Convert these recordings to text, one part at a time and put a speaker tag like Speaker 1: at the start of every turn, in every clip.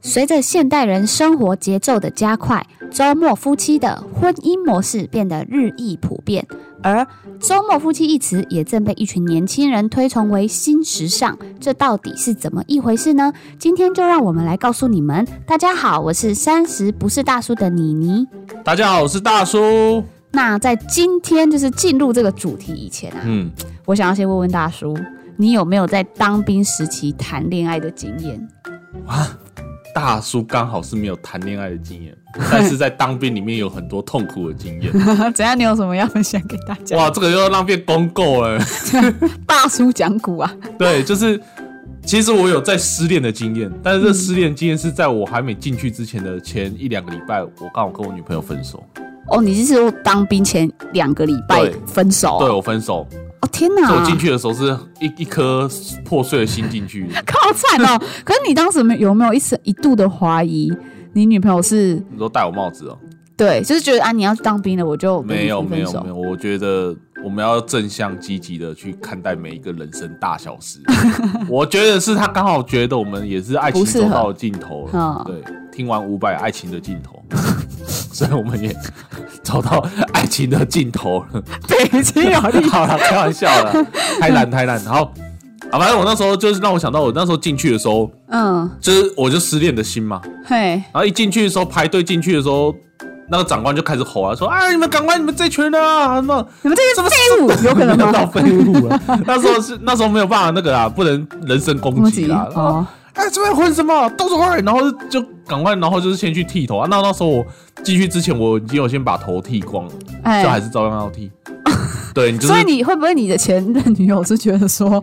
Speaker 1: 随着现代人生活节奏的加快，周末夫妻的婚姻模式变得日益普遍，而“周末夫妻”一词也正被一群年轻人推崇为新时尚。这到底是怎么一回事呢？今天就让我们来告诉你们。大家好，我是三十不是大叔的妮妮。
Speaker 2: 大家好，我是大叔。
Speaker 1: 那在今天就是进入这个主题以前啊，
Speaker 2: 嗯，
Speaker 1: 我想要先问问大叔，你有没有在当兵时期谈恋爱的经验？
Speaker 2: 大叔刚好是没有谈恋爱的经验，但是在当兵里面有很多痛苦的经验。
Speaker 1: 怎样？你有什么要分享给大家？
Speaker 2: 哇，这个又让变公购了。
Speaker 1: 大叔讲古啊，
Speaker 2: 对，就是其实我有在失恋的经验，但是这失恋经验是在我还没进去之前的前一两个礼拜，我刚好跟我女朋友分手。
Speaker 1: 哦，你是当兵前两个礼拜
Speaker 2: 对
Speaker 1: 分手、
Speaker 2: 对
Speaker 1: 啊？
Speaker 2: 我分手，
Speaker 1: 哦天
Speaker 2: 所以
Speaker 1: 哪
Speaker 2: 我，进去的时候是一一颗破碎的心进去的。
Speaker 1: 好惨哦！可是你当时没有没有一次一度的怀疑，你女朋友是
Speaker 2: 你说戴我帽子哦、
Speaker 1: 对，就是觉得啊你要去当兵了，我就跟你
Speaker 2: 没有
Speaker 1: 提
Speaker 2: 没
Speaker 1: 分
Speaker 2: 有
Speaker 1: 手
Speaker 2: 没有，我觉得我们要正向积极的去看待每一个人生大 小事。我觉得是他刚好觉得我们也是爱情
Speaker 1: 不适
Speaker 2: 走
Speaker 1: 合
Speaker 2: 到了尽头了
Speaker 1: 嗯。
Speaker 2: 对，听完伍佰《爱情的尽头》， 所以我们也 走到爱情的尽头 了。
Speaker 1: 北京 有力
Speaker 2: 好了，开玩笑了，太烂太烂。然后啊，反正我那时候就是让我想到我那时候进去的时候，
Speaker 1: 嗯，
Speaker 2: 就是我就失恋的心嘛。
Speaker 1: 嘿，
Speaker 2: 然后一进去的时候，排队进去的时候，那个长官就开始吼啊，说：“啊，你们赶快，你们这群人啊，那
Speaker 1: 你们这些废 物，有可能
Speaker 2: 到
Speaker 1: 吗？
Speaker 2: 废物了。那时候是那时候没有办法那个啊啦，不能人身攻击啦。然后
Speaker 1: 哦，
Speaker 2: 哎，这边混什么？动手快！然后就赶快，然后就是先去剃头啊。那那时候我进去之前，我已经有先把头剃光了，就还
Speaker 1: 哎，
Speaker 2: 是照样 要剃。对你就是
Speaker 1: 所以你会不会你的前任女友是觉得说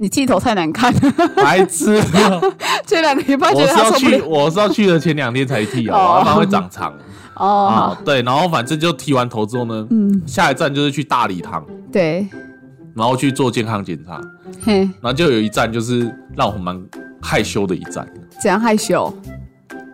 Speaker 1: 你剃头太难看，
Speaker 2: 白痴。
Speaker 1: 这两个礼拜觉
Speaker 2: 我
Speaker 1: 得
Speaker 2: 是
Speaker 1: 她受
Speaker 2: 要
Speaker 1: 不
Speaker 2: 去，
Speaker 1: 了？
Speaker 2: 我是要去的前两天才剃
Speaker 1: 哦
Speaker 2: 啊，不然会长长
Speaker 1: 哦，
Speaker 2: 啊
Speaker 1: 好。
Speaker 2: 对，然后反正就剃完头之后呢，
Speaker 1: 嗯，
Speaker 2: 下一站就是去大礼堂，
Speaker 1: 对，
Speaker 2: 然后去做健康检查，
Speaker 1: 嘿，
Speaker 2: 然后就有一站就是让我蛮害羞的一站。
Speaker 1: 怎样害羞？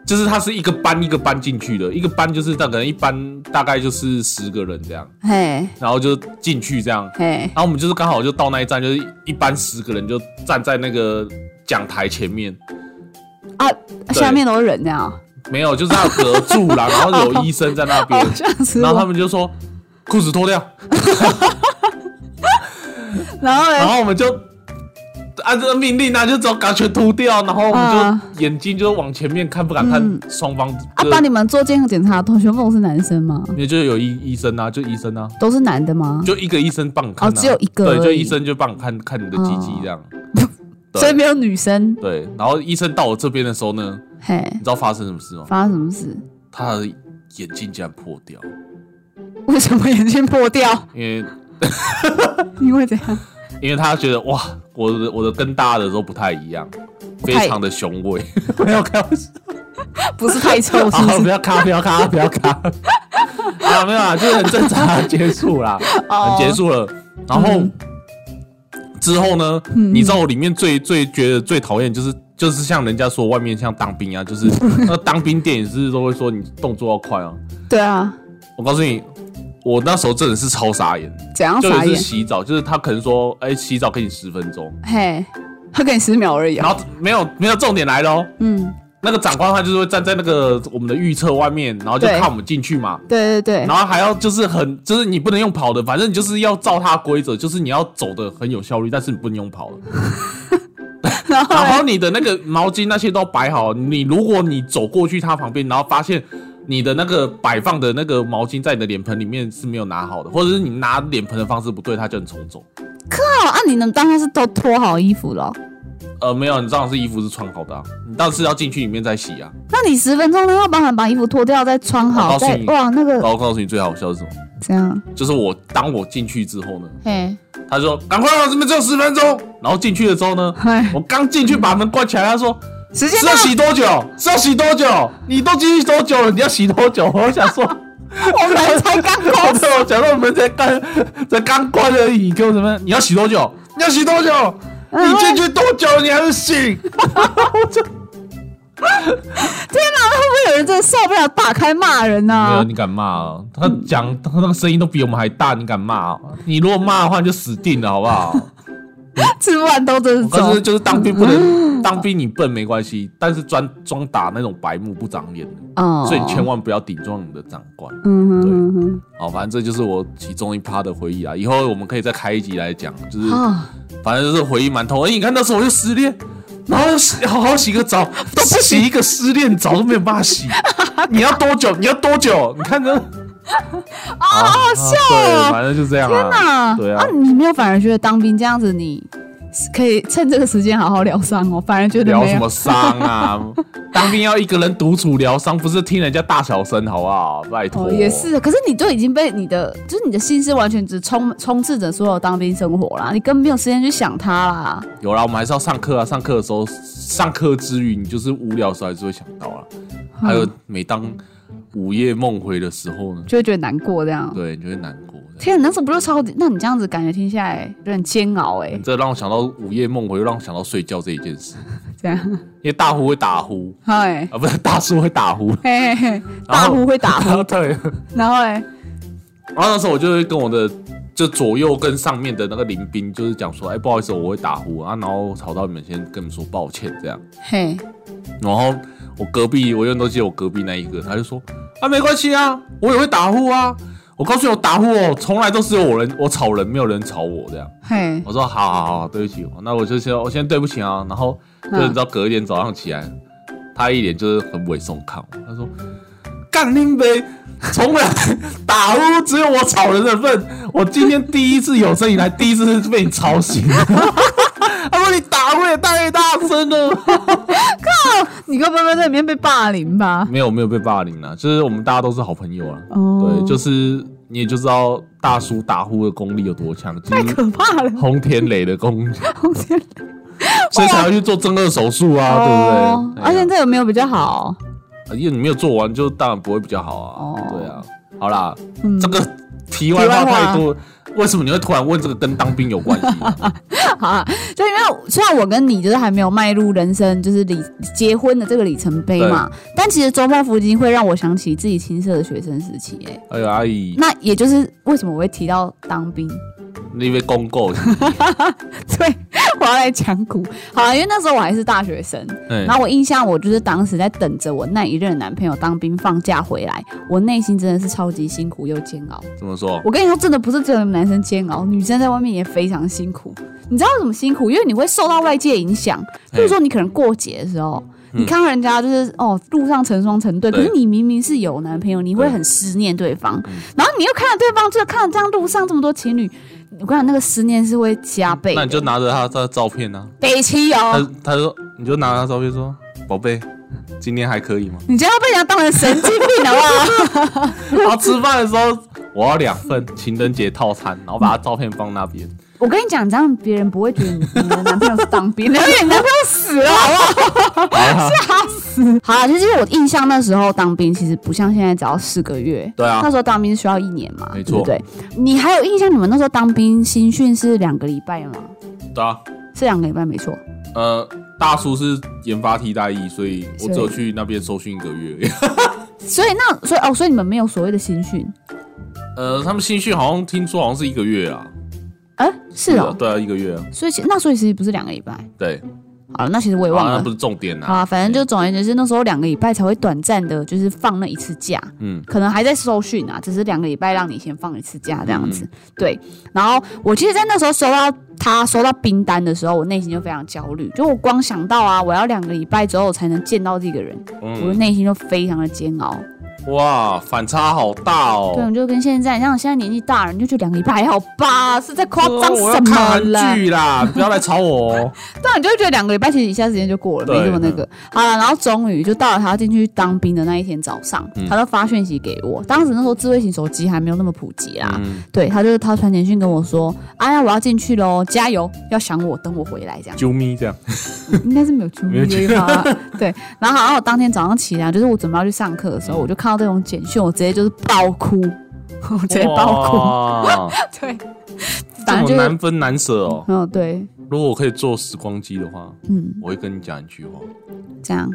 Speaker 2: 就是它是一个班一个班进去的，一个班就是大可能一班大概就是十个人这样，
Speaker 1: 嘿，
Speaker 2: 然后就进去这样，
Speaker 1: 嘿，
Speaker 2: 然后我们就是刚好就到那一站，就是一班十个人就站在那个讲台前面，
Speaker 1: 啊，下面都是人这样啊，
Speaker 2: 没有，就是要隔住啦，然后有医生在 那边
Speaker 1: 哦，，吓死
Speaker 2: 然后他
Speaker 1: 我！
Speaker 2: 们就说裤子脱掉，
Speaker 1: 然后
Speaker 2: 然
Speaker 1: 嘞，
Speaker 2: 后我们就。按这个命令啊，就只要把全脱掉，然后我们
Speaker 1: 啊
Speaker 2: 就眼睛就往前面看，不敢看
Speaker 1: 嗯
Speaker 2: 双方。
Speaker 1: 啊，
Speaker 2: 就
Speaker 1: 帮你们做健康检查的同学们都是男生吗？
Speaker 2: 也就有医医生啊，就医生啊，
Speaker 1: 都是男的吗？
Speaker 2: 就一个医生帮你看、啊
Speaker 1: 哦，只有一个而已，哦
Speaker 2: 对，就医生就帮你看看你的鸡鸡这样。对
Speaker 1: 所以没有女生。
Speaker 2: 对，然后医生到我这边的时候呢，
Speaker 1: 嘿，
Speaker 2: 你知道发生什么事吗？
Speaker 1: 发生什么事？
Speaker 2: 他的眼镜竟然破掉，
Speaker 1: 为什么眼睛破掉？
Speaker 2: 因为
Speaker 1: 因为怎 样？
Speaker 2: 因为他觉得哇，我的我的跟大家的都不太一样，非
Speaker 1: 太
Speaker 2: 常的雄伟。 没有开玩笑，
Speaker 1: 不是太臭，是不
Speaker 2: 好，
Speaker 1: 是
Speaker 2: 哦不？要卡，不要卡，不要卡。 啊，没有啊，就是很正常啊，结束啦，
Speaker 1: 哦
Speaker 2: 很结束了。然后、
Speaker 1: 嗯
Speaker 2: 之后呢，你知道我里面最最觉得最讨厌就是就是像人家说外面像当兵啊，就是 那当兵电影是都会说你动作要快啊。
Speaker 1: 对啊，
Speaker 2: 我告诉你，我那时候真的是超哦傻眼，
Speaker 1: 怎样
Speaker 2: 就
Speaker 1: 傻
Speaker 2: 有一
Speaker 1: 眼
Speaker 2: 次？洗澡，就是他可能说，哎、洗澡给你十分钟，
Speaker 1: 嘿，他给你十秒而已
Speaker 2: 然
Speaker 1: 啊。
Speaker 2: 后没有没有重点来喽。
Speaker 1: 嗯，
Speaker 2: 那个长官他就是会站在那个我们的预测外面，然后就
Speaker 1: 对
Speaker 2: 看我们进去嘛。
Speaker 1: 对对对，
Speaker 2: 然后还要就是很，就是你不能用跑的，反正你就是要照他规则，就是你要走的很有效率，但是你不能用跑 的。
Speaker 1: 然后
Speaker 2: 然
Speaker 1: 嘞
Speaker 2: 后你的那个毛巾那些都摆好，你如果你走过去他旁边，然后发现你的那个摆放的那个毛巾在你的脸盆里面是没有拿好的，或者是你拿脸盆的方式不对，他就很冲走。
Speaker 1: 靠啊，你能当他是都脱好衣服了哦？
Speaker 2: 呃，没有，你当然是衣服是穿好的、啊，你当然是要进去里面再洗啊。
Speaker 1: 那你十分钟内要帮忙把衣服脱掉，再穿好，
Speaker 2: 我告诉
Speaker 1: 再
Speaker 2: 你
Speaker 1: 哇那
Speaker 2: 然
Speaker 1: 个
Speaker 2: 后我告诉你最好笑是什么，
Speaker 1: 怎样？
Speaker 2: 就是我当我进去之后呢，
Speaker 1: 嘿，
Speaker 2: 他就说赶快啊，这边只有十分钟。然后进去了之后呢，
Speaker 1: 嗨，
Speaker 2: 我刚进去把门关起来，他说
Speaker 1: 时间
Speaker 2: 是
Speaker 1: 到
Speaker 2: 要，洗多久？是要洗多久？你都进去多久了？你要洗多久？ 我想说，
Speaker 1: 我们才刚
Speaker 2: 我
Speaker 1: 过。
Speaker 2: 对我讲到我们才刚才刚关而已，给我什么？你要洗多久？你要洗多久？
Speaker 1: 嗯
Speaker 2: 你进去多久？你还是洗？
Speaker 1: 天哪，会不会有人真的受不了，打开骂人呢、
Speaker 2: 没有，
Speaker 1: 啊？
Speaker 2: 你敢骂啊？他讲他那个声音都比我们还大，你敢骂啊？你如果骂的话，你就死定了，好不好？
Speaker 1: 吃完都真是
Speaker 2: 但
Speaker 1: 走嗯
Speaker 2: 是。就是当兵不能当兵，你笨没关系，但是专装打那种白目不长眼的，
Speaker 1: 哦
Speaker 2: 所以你千万不要顶撞你的长官。
Speaker 1: 嗯哼
Speaker 2: 对
Speaker 1: 嗯哼
Speaker 2: 好，反正这就是我其中一趴的回忆啊。以后我们可以再开一集来讲，就是
Speaker 1: 哦，
Speaker 2: 反正就是回忆蛮痛。哎、你看那时候我就失恋，然后洗好好洗个澡，都不洗一个失恋澡都没有办法洗。你要多久？你要多久？你 看这，好好笑
Speaker 1: 哦
Speaker 2: 对，反正就这样
Speaker 1: 天
Speaker 2: 啊。
Speaker 1: 哪！
Speaker 2: 对啊
Speaker 1: 啊，你没有反而觉得当兵这样子，你是可以趁这个时间好好疗伤哦。反而 觉得
Speaker 2: 疗
Speaker 1: 没
Speaker 2: 什
Speaker 1: 有
Speaker 2: 么伤 啊？当兵要一个人独处疗伤，不是听人家大小声好不好？拜托、
Speaker 1: 哦，也是。可是你就已经被你的，就是你的心思完全只充充斥着所有当兵生活啦，你根本没有时间去想他啦。
Speaker 2: 有啦，我们还是要上课啊。上课的时候，上课之余，你就是无聊的时候还是会想到
Speaker 1: 嗯
Speaker 2: 啦。还有，每当午夜梦回的时候呢，
Speaker 1: 就会觉得难过这样。
Speaker 2: 对，你就会难过。
Speaker 1: 天啊，那时候不就超级？那你这样子感觉听下来有点煎熬哎、
Speaker 2: 这让我想到午夜梦回，又让我想到睡觉这一件事。
Speaker 1: 这样，
Speaker 2: 因为大呼会打呼
Speaker 1: 嗨，
Speaker 2: 啊，不是大叔会打呼，
Speaker 1: 嘿嘿嘿，
Speaker 2: 然
Speaker 1: 大
Speaker 2: 后
Speaker 1: 呼会打呼，
Speaker 2: 对，然
Speaker 1: 然
Speaker 2: 后
Speaker 1: 后哎、
Speaker 2: 那时候我就会跟我的就左右跟上面的那个林兵，就是讲说，哎、不好意思，我会打呼啊，然后吵到你们，先跟你们说抱歉这样。
Speaker 1: 嘿，
Speaker 2: 然后我隔壁，我永远都记得我隔壁那一个，他就说啊，没关系啊，我也会打呼啊。我告诉你，我打呼哦，从来都是有人我吵人，没有人吵我这样。
Speaker 1: 嘿，
Speaker 2: 我说好好好，对不起，那我就先我先对不起啊。然后就你知道，隔一天早上起来，他一脸就是很猥琐看我，啊他说干你呗，从来打呼只有我吵人的份，我今天第一次有生以来第一次是被你吵醒。他说你打呼也太大声了。
Speaker 1: 你该不会在里面被霸凌吧？
Speaker 2: 没有没有被霸凌啊，就是我们大家都是好朋友啊。
Speaker 1: 哦，
Speaker 2: 对，就是你也就知道大叔打呼的功力有多强，就
Speaker 1: 太
Speaker 2: 是
Speaker 1: 可怕了，
Speaker 2: 轰天雷的 功力，
Speaker 1: 我天啊，
Speaker 2: 所以才要去做正颌手术啊，
Speaker 1: 哦
Speaker 2: 对不对？
Speaker 1: 而且这有没有比较好？
Speaker 2: 且因为你没有做完，就当然不会比较好啊。
Speaker 1: 哦
Speaker 2: 对啊，好啦，
Speaker 1: 嗯
Speaker 2: 这个题外话
Speaker 1: 题外话
Speaker 2: 太多，为什么你会突然问这个跟当兵 有关系呢？
Speaker 1: 好啊，就因为虽然我跟你就是还没有迈入人生就是里结婚的这个里程碑嘛，但其实周末福金会让我想起自己青涩的学生时期、哎，
Speaker 2: 哎呦，阿姨，
Speaker 1: 那也就是为什么我会提到当兵，
Speaker 2: 你被公告，
Speaker 1: 对，我要来讲古。好啊，因为那时候我还是大学生，
Speaker 2: 哎
Speaker 1: 然后我印象我就是当时在等着我那一任男朋友当兵放假回来，我内心真的是超级辛苦又煎熬。
Speaker 2: 怎么说？
Speaker 1: 我跟你说，真的不是只有男生煎熬，女生在外面也非常辛苦。你知道为什么辛苦？因为你会受到外界影响。
Speaker 2: 嘿
Speaker 1: 比如说，你可能过节的时候，
Speaker 2: 嗯
Speaker 1: 你看到人家就是哦，路上成双成对，可
Speaker 2: 对
Speaker 1: 是你明明是有男朋友，你会很思念对方，然后你又看着对方，就看着这样路上这么多情侣，我跟你讲，那个思念是会加倍的。
Speaker 2: 那你就拿着他的照片啊，
Speaker 1: 北七
Speaker 2: 他
Speaker 1: 哦，
Speaker 2: 他说你就拿他照片说，宝贝，今天还可 以吗？
Speaker 1: 你这样被人家当成神经病好不好？
Speaker 2: 然后吃饭的时候，我要两份情人节套餐，然后把他照片放那边。
Speaker 1: 我跟你讲，这样别人不会觉得你你的男朋友是当兵 的，因为你男朋友死了，好不好？
Speaker 2: 啊
Speaker 1: 好啦，就是因为我印象那时候当兵其实不像现在只要四个月，
Speaker 2: 对啊
Speaker 1: 那时候当兵需要一年嘛，
Speaker 2: 没
Speaker 1: 对
Speaker 2: 错
Speaker 1: 不对？你还有印象你们那时候当兵新训是两个礼拜吗？
Speaker 2: 对啊，
Speaker 1: 是两个礼拜没错，
Speaker 2: 呃，大叔是研发替代役，所以我
Speaker 1: 所以
Speaker 2: 只有去那边受训一个月而 已。
Speaker 1: 所以那所以哦，所以你们没有所谓的新训，
Speaker 2: 呃，他们新训好像听说好像是一个月啊，
Speaker 1: 哎、是
Speaker 2: 啊
Speaker 1: 哦，
Speaker 2: 对啊，一个月啊，
Speaker 1: 所以其那所以其实不是两个礼拜，
Speaker 2: 对，
Speaker 1: 好了，那其实我也忘
Speaker 2: 好
Speaker 1: 了
Speaker 2: 像不，是重点啊，
Speaker 1: 啊，反正就总而言之，那时候两个礼拜才会短暂的，就是放那一次假，
Speaker 2: 嗯，
Speaker 1: 可能还在受训啊，只是两个礼拜让你先放一次假这样
Speaker 2: 嗯
Speaker 1: 子。对，然后我其实，在那时候收到他收到冰单的时候，我内心就非常焦虑，就我光想到啊，我要两个礼拜之后才能见到这个人，我的
Speaker 2: 嗯，
Speaker 1: 内心就非常的煎熬。
Speaker 2: 哇，反差好大
Speaker 1: 对，我
Speaker 2: 哦。
Speaker 1: 就跟现在，像现在年纪大了，你就觉得两个礼拜还好吧，是在夸
Speaker 2: 呃
Speaker 1: 张
Speaker 2: 我
Speaker 1: 什
Speaker 2: 要看
Speaker 1: 么了？
Speaker 2: 韩剧啦，不要来吵我哦。
Speaker 1: 对啊，你就会觉得两个礼拜其实一下时间就过了，
Speaker 2: 对嗯
Speaker 1: 没什么那个。好了，然后终于就到了他要进去当兵的那一天早上，
Speaker 2: 嗯
Speaker 1: 他就发讯息给我。当时那时候智慧型手机还没有那么普及啦，
Speaker 2: 嗯，
Speaker 1: 对，他就他传简讯跟我说：“哎呀，我要进去喽，加油，要想我，等我回来。” 这样
Speaker 2: 啾咪这样，
Speaker 1: 应该是没有注
Speaker 2: 没有
Speaker 1: 意这一趴啦 对，然后好像我当天早上起来，就是我准备要去上课的
Speaker 2: 嗯
Speaker 1: 时候，我就看到这种简讯，我直接就是爆哭， 我 直接爆
Speaker 2: 哇，
Speaker 1: 哭。 对，
Speaker 2: 这
Speaker 1: 反正
Speaker 2: 么
Speaker 1: 就是
Speaker 2: 难分难舍哦。
Speaker 1: 嗯，对，
Speaker 2: 如果我可以坐时光机的话，
Speaker 1: 嗯，
Speaker 2: 我会跟你讲一句话，
Speaker 1: 这样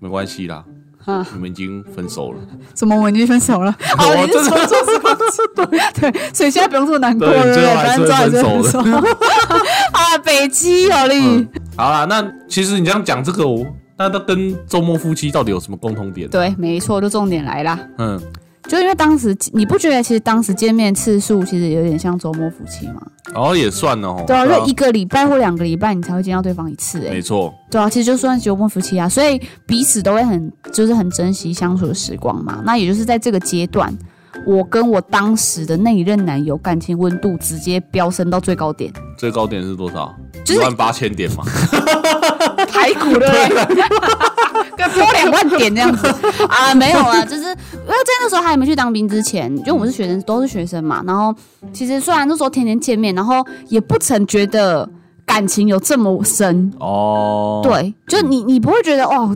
Speaker 2: 没关系啦，
Speaker 1: 嗯
Speaker 2: 你们已经分手了。
Speaker 1: 什么我已经分手了？哦，
Speaker 2: 我
Speaker 1: 你是
Speaker 2: 真
Speaker 1: 说
Speaker 2: 的
Speaker 1: 做是对 对，所以现在不用这么难过
Speaker 2: 对
Speaker 1: 了，
Speaker 2: 最
Speaker 1: 对
Speaker 2: 后
Speaker 1: 反
Speaker 2: 还
Speaker 1: 正
Speaker 2: 是
Speaker 1: 最后还是
Speaker 2: 会
Speaker 1: 分
Speaker 2: 分
Speaker 1: 手
Speaker 2: 手
Speaker 1: 啊，北极有力
Speaker 2: 嗯，好啦，那其实你这样讲这个，我那它跟周末夫妻到底有什么共通点？
Speaker 1: 对，没错，就重点来啦。
Speaker 2: 嗯，
Speaker 1: 就因为当时你不觉得其实当时见面次数其实有点像周末夫妻吗？
Speaker 2: 然后也算了哦。
Speaker 1: 对啊，就一个礼拜或两个礼拜你才会见到对方一次、欸，
Speaker 2: 没错，
Speaker 1: 对啊，其实就算周末夫妻啊，所以彼此都会很就是很珍惜相处的时光嘛。那也就是在这个阶段，我跟我当时的那一任男友感情温度直接飙升到最高点，
Speaker 2: 最高点是多少？
Speaker 1: 就
Speaker 2: 一
Speaker 1: 是
Speaker 2: 万八千点嘛。
Speaker 1: 排骨的嘞， 跟飙两万点这样子 啊，没有啊，就是因为在那时候还没去当兵之前，就我们是学生，都是学生嘛。然后其实虽然那时候天天见面，然后也不曾觉得感情有这么深，
Speaker 2: 哦，，
Speaker 1: 对，就你你不会觉得哦，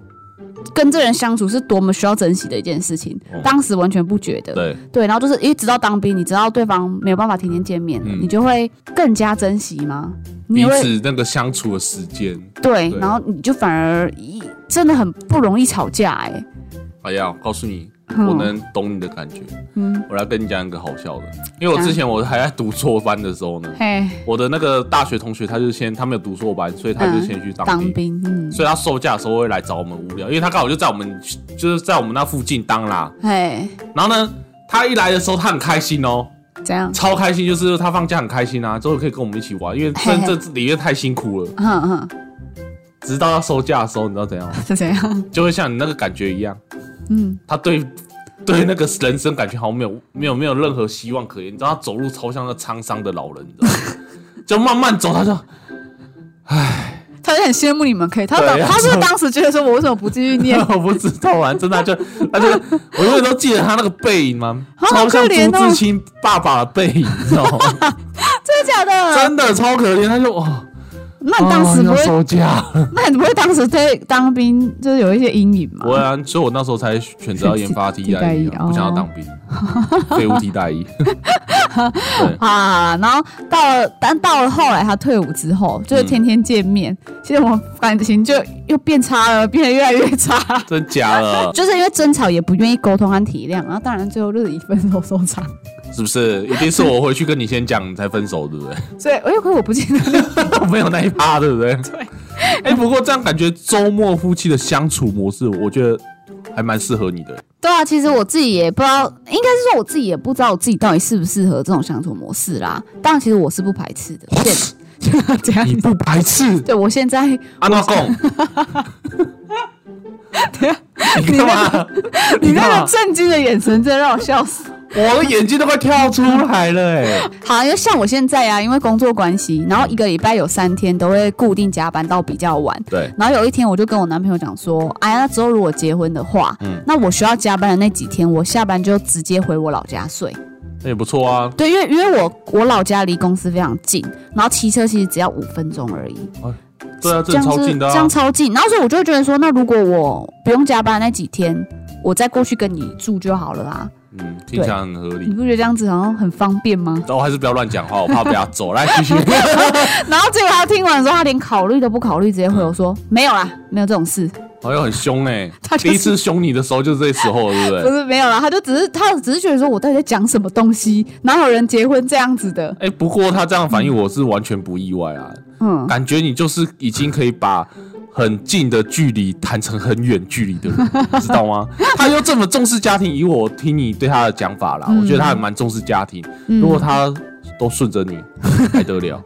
Speaker 1: 跟这人相处是多么需要珍惜的一件事情，
Speaker 2: 嗯
Speaker 1: 当时完全不觉得。
Speaker 2: 对，
Speaker 1: 对，然后就是，因为直到当兵，你知道对方没有办法天天见面了，
Speaker 2: 嗯
Speaker 1: 你就会更加珍惜吗？你
Speaker 2: 彼
Speaker 1: 也会
Speaker 2: 此那个相处的时间，
Speaker 1: 对，
Speaker 2: 对
Speaker 1: 然后你就反而一真的很不容易吵架哎、欸。
Speaker 2: 哎呀，我告诉你，
Speaker 1: 嗯
Speaker 2: 我能懂你的感觉。
Speaker 1: 嗯，
Speaker 2: 我来跟你讲一个好笑的，因为我之前我还在读硕班的时候呢，
Speaker 1: 嘿，
Speaker 2: 我的那个大学同学他就先他没有读硕班，所以他就先去当
Speaker 1: 当
Speaker 2: 兵。
Speaker 1: 兵，嗯，
Speaker 2: 所以他休假的时候会来找我们无聊，因为他刚好就在我们就是在我们那附近当啦。
Speaker 1: 嘿，
Speaker 2: 然后呢，他一来的时候他很开心哦，
Speaker 1: 这样，
Speaker 2: 超开心，就是他放假很开心啊，之后可以跟我们一起玩，因为
Speaker 1: 嘿嘿
Speaker 2: 这这里面太辛苦了。
Speaker 1: 哼哼，
Speaker 2: 直到他休假的时候，你知道怎样吗？
Speaker 1: 是这样，
Speaker 2: 就会像你那个感觉一样，
Speaker 1: 嗯，
Speaker 2: 他对对那个人生感觉好像没有没有没有任何希望可言，你知道他走路超像个沧桑的老人，你知道吗？ 就慢慢走，他就
Speaker 1: 他就很羡慕你们可以，他
Speaker 2: 对
Speaker 1: 当
Speaker 2: 啊
Speaker 1: 他是不是当时觉得说我为什么不继续
Speaker 2: ？
Speaker 1: 念
Speaker 2: 我不知道啊，真的他就 他就我永远都记得他那个背影嘛，
Speaker 1: 好
Speaker 2: 超像
Speaker 1: 可怜哦
Speaker 2: 朱自清爸爸的背影，你 知道吗？
Speaker 1: 真的假的？
Speaker 2: 真的超可怜，他就哇，
Speaker 1: 那你当时
Speaker 2: 啊
Speaker 1: 不
Speaker 2: 要
Speaker 1: 会，
Speaker 2: 收假，
Speaker 1: 那你不会当时在当兵就是有一些阴影吗？
Speaker 2: 我啊，所以我那时候才选择要研发替代役、
Speaker 1: 替代役
Speaker 2: 啊，
Speaker 1: 哦
Speaker 2: 不想要当兵， 废物替代役。对，
Speaker 1: 啊，然后到了，但到了后来他退伍之后，就是天天见面，
Speaker 2: 嗯
Speaker 1: 其实我们感情就又变差了，变得越来越差。
Speaker 2: 真假了，
Speaker 1: 就是因为争吵也不愿意沟通和体谅，然后当然最后就是以分手收场。
Speaker 2: 是不是？一定是我回去跟你先讲，你才分手，对不对？
Speaker 1: 所以，哎、可是我不记得，
Speaker 2: 我 没有那一趴，对不对？ 对。哎，不过这样感觉周末夫妻的相处模式，我觉得还蛮适合你的。
Speaker 1: 对啊，其实我自己也不知道，应该是说我自己也不知道我自己到底适不适合这种相处模式啦。当然，其实我是不排斥 的。现 这样
Speaker 2: 你
Speaker 1: 子，
Speaker 2: 不排斥
Speaker 1: 对我现 在
Speaker 2: 阿诺贡。 你干嘛？
Speaker 1: 啊你那
Speaker 2: 干
Speaker 1: 个
Speaker 2: 嘛
Speaker 1: 震惊的眼神，真的让我笑死。
Speaker 2: 我的眼睛都快跳出来了哎！
Speaker 1: 好，因为像我现在啊，因为工作关系，然后一个礼拜有三天都会固定加班到比较晚。
Speaker 2: 对，
Speaker 1: 然后有一天，我就跟我男朋友讲说：“哎呀，那之后如果结婚的话，
Speaker 2: 嗯
Speaker 1: 那我需要加班的那几天，我下班就直接回我老家睡。
Speaker 2: 那也不错啊。
Speaker 1: 对，因为因为我我老家离公司非常近，然后骑车其实只要五分钟而已，
Speaker 2: 对啊，
Speaker 1: 这
Speaker 2: 这
Speaker 1: 样
Speaker 2: 超
Speaker 1: 是
Speaker 2: 近的
Speaker 1: 这样
Speaker 2: 啊。
Speaker 1: 超近。然后所以我就会觉得说，那如果我不用加班那几天，我再过去跟你住就好了啊。
Speaker 2: 嗯，听起来很合
Speaker 1: 你
Speaker 2: 理。哦
Speaker 1: 不觉得这样子好像很方便吗？
Speaker 2: 但我还是不要乱讲话，我怕被他走。来，继续。
Speaker 1: 然后结果他听完之后，他连考虑都不考虑，直接回我说：“没有啦，没有这种事，
Speaker 2: 好像很凶哎
Speaker 1: 他，就是
Speaker 2: 第一次凶你的时候就是这时候，对不
Speaker 1: 不
Speaker 2: 对？
Speaker 1: 是没有啦。”他就只是他只是觉得说我到底在讲什么东西，哪有人结婚这样子的？
Speaker 2: 哎，不过他这样反应我是完全不意外啊，
Speaker 1: 嗯，
Speaker 2: 感觉你就是已经可以把很近的距离谈成很远距离 的人，知道吗？他又这么重视家庭，以我听你对他的讲法啦，
Speaker 1: 嗯
Speaker 2: 我觉得他还蛮重视家庭。
Speaker 1: 嗯
Speaker 2: 如果他都顺 着你，还得了？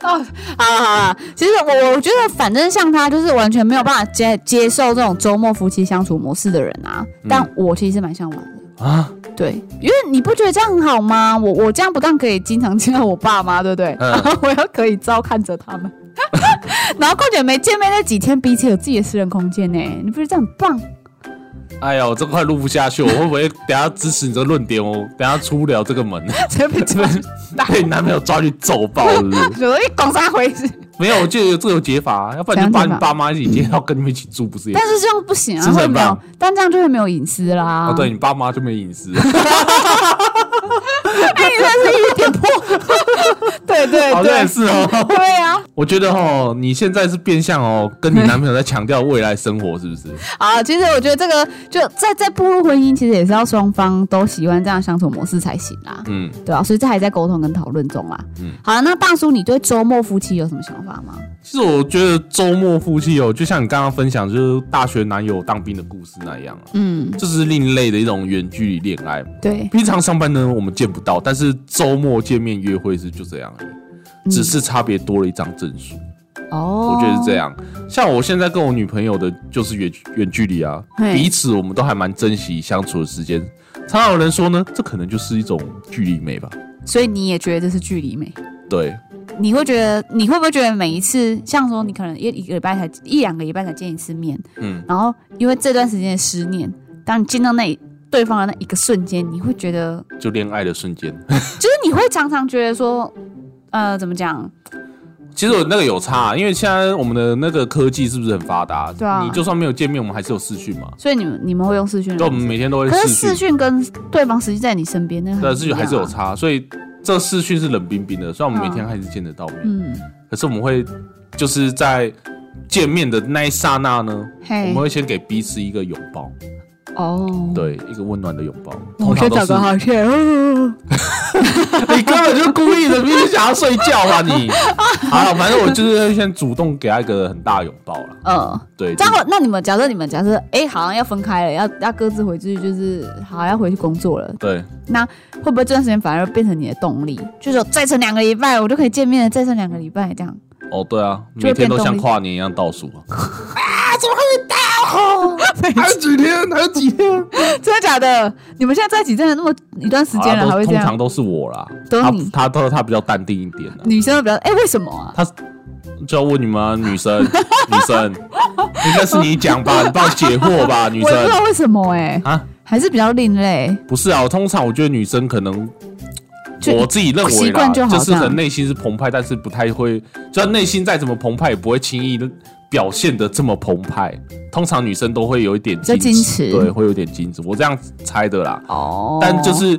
Speaker 1: 好啦好啦，其实我我觉得，反正像他就是完全没有办法接接受这种周末夫妻相处模式的人啊。但我其实蛮向往的，
Speaker 2: 嗯啊？
Speaker 1: 对，因为你不觉得这样很好吗？我我这样不但可以经常见到我爸妈，对不对？
Speaker 2: 嗯
Speaker 1: 然后 我又可以照看着他们， 然后况且没见面那几天，彼此有自己的私人空间呢、你不觉得这样很棒？
Speaker 2: 哎呀，我这快录不下去，我会不会等下支持你这个论点哦？等下出不了这 个门，
Speaker 1: 这被抓
Speaker 2: 被被你男朋友抓去揍爆是 不是？
Speaker 1: 有人一拱杀回 去，
Speaker 2: 没有，我记得有这个解法、啊，要不然
Speaker 1: 怎样
Speaker 2: 就把
Speaker 1: 解
Speaker 2: 你
Speaker 1: 法
Speaker 2: 爸妈一起接到跟你们一起住，不是也？
Speaker 1: 但是这样不行
Speaker 2: 是
Speaker 1: 啊，
Speaker 2: 不是
Speaker 1: 会
Speaker 2: 很
Speaker 1: 没有
Speaker 2: 棒，
Speaker 1: 但这样就会没有隐私啦。
Speaker 2: 哦，对，你爸妈就没 隐私，
Speaker 1: 哎，你真是一点破，对对
Speaker 2: 好像也
Speaker 1: 对，
Speaker 2: 是哦。
Speaker 1: 对啊，
Speaker 2: 我觉得哦，你现在是变相哦，跟你男朋友在强调未来生 活，是不是？
Speaker 1: 啊，其实我觉得这个就在在步入婚姻，其实也是要双方都喜欢这样相处模式才行啦，
Speaker 2: 嗯，
Speaker 1: 对啊吧、所以这还在沟通跟讨论中啦。
Speaker 2: 嗯
Speaker 1: 好了，那大叔，你对周末夫妻有什么想法吗？
Speaker 2: 其实我觉得周末夫妻哦，就像你刚刚分享，就是大学男友当兵的故事那样啊，
Speaker 1: 嗯，
Speaker 2: 这是另类的一种远距离恋爱。
Speaker 1: 对，
Speaker 2: 平常上班呢，我们见不到，但是周末见面约会是就这样而已，只是差别多了一张证书。
Speaker 1: 嗯哦，
Speaker 2: 我觉得是这。样。像我现在跟我女朋友的，就是远远距离啊，
Speaker 1: 嘿
Speaker 2: 彼此我们都还蛮珍惜相处的时间。常常有人说呢，这可能就是一种距离美吧？
Speaker 1: 所以你也觉得这是距离美？
Speaker 2: 对，
Speaker 1: 你会觉得，你会不会觉得每一次，像说你可能一一个礼拜才一两个礼拜才见一次面，
Speaker 2: 嗯，
Speaker 1: 然后因为这段时间的思念，当你见到那对方的那一个瞬间，你会觉得，
Speaker 2: 就恋爱的瞬间。
Speaker 1: 就是你会常常觉得说，呃，怎么讲？
Speaker 2: 其实我那个有差啊、因为现在我们的那个科技是不是很发达？
Speaker 1: 对啊
Speaker 2: 你就算没有见面，我们还是有视讯嘛。
Speaker 1: 所以你们你们会用视讯的
Speaker 2: 就我们
Speaker 1: 方式，
Speaker 2: 每天都会
Speaker 1: 可是
Speaker 2: 视
Speaker 1: 视
Speaker 2: 讯，
Speaker 1: 讯跟对方实际在你身边那个
Speaker 2: 对，
Speaker 1: 很
Speaker 2: 视
Speaker 1: 不一
Speaker 2: 讯
Speaker 1: 样啊
Speaker 2: 还是有。差，所以这视讯是冷冰冰的。虽然我们
Speaker 1: 嗯
Speaker 2: 每天还是见得到面，
Speaker 1: 嗯，
Speaker 2: 可是我们会就是在见面的那一刹那呢，我
Speaker 1: 嘿
Speaker 2: 们，会先给彼此一个拥抱。
Speaker 1: 哦，，
Speaker 2: 对，一个温暖的拥抱。
Speaker 1: 我
Speaker 2: 通
Speaker 1: 先
Speaker 2: 常都
Speaker 1: 找
Speaker 2: 是
Speaker 1: 个好天。哦
Speaker 2: 你根本就故意的，明明想要睡觉吧 你。好了，反正我就是先主动给他一个很大的拥抱了。
Speaker 1: 嗯，
Speaker 2: 对，
Speaker 1: 这
Speaker 2: 就
Speaker 1: 样会那你们假设你们假设，哎、好像要分开了，要要各自回去，就是好要回去工作了，
Speaker 2: 对，
Speaker 1: 会不会这段时间反而变成你的动力？就是再撑两个礼拜，我就可以见面了，再撑两个礼拜这样。
Speaker 2: 哦对啊，
Speaker 1: 就会
Speaker 2: 每天都
Speaker 1: 变
Speaker 2: 像
Speaker 1: 动力
Speaker 2: 跨年一样倒数啊。啊，怎么会 到？还有几天，还有几 天。
Speaker 1: 真的假的？你们现在在一起真的那么一段时间啊
Speaker 2: 好啦
Speaker 1: 了，还
Speaker 2: 啊都
Speaker 1: 会这
Speaker 2: 通
Speaker 1: 样
Speaker 2: 常？都是我啦，
Speaker 1: 都
Speaker 2: 他
Speaker 1: 你
Speaker 2: 他他他比较淡定一点的。
Speaker 1: 女生都比较哎、为什么啊？
Speaker 2: 他就要问你们啊女生， 女生，应该是你讲吧，你帮我解惑吧，女
Speaker 1: 我也不知
Speaker 2: 生。
Speaker 1: 道为什么哎、
Speaker 2: 啊
Speaker 1: 还是比较另类。
Speaker 2: 不是啊，我通常我觉得女生可能
Speaker 1: 就
Speaker 2: 我自己认为
Speaker 1: 习
Speaker 2: 啦，
Speaker 1: 惯就好
Speaker 2: 是
Speaker 1: 这样
Speaker 2: 可能内心是澎湃，但是不太会，就算内心再怎么澎湃，也不会轻易地表现的这么澎湃。通常女生都会有一点
Speaker 1: 较矜持
Speaker 2: 对，会有点矜持，我这样猜的啦。
Speaker 1: 哦，
Speaker 2: 但就是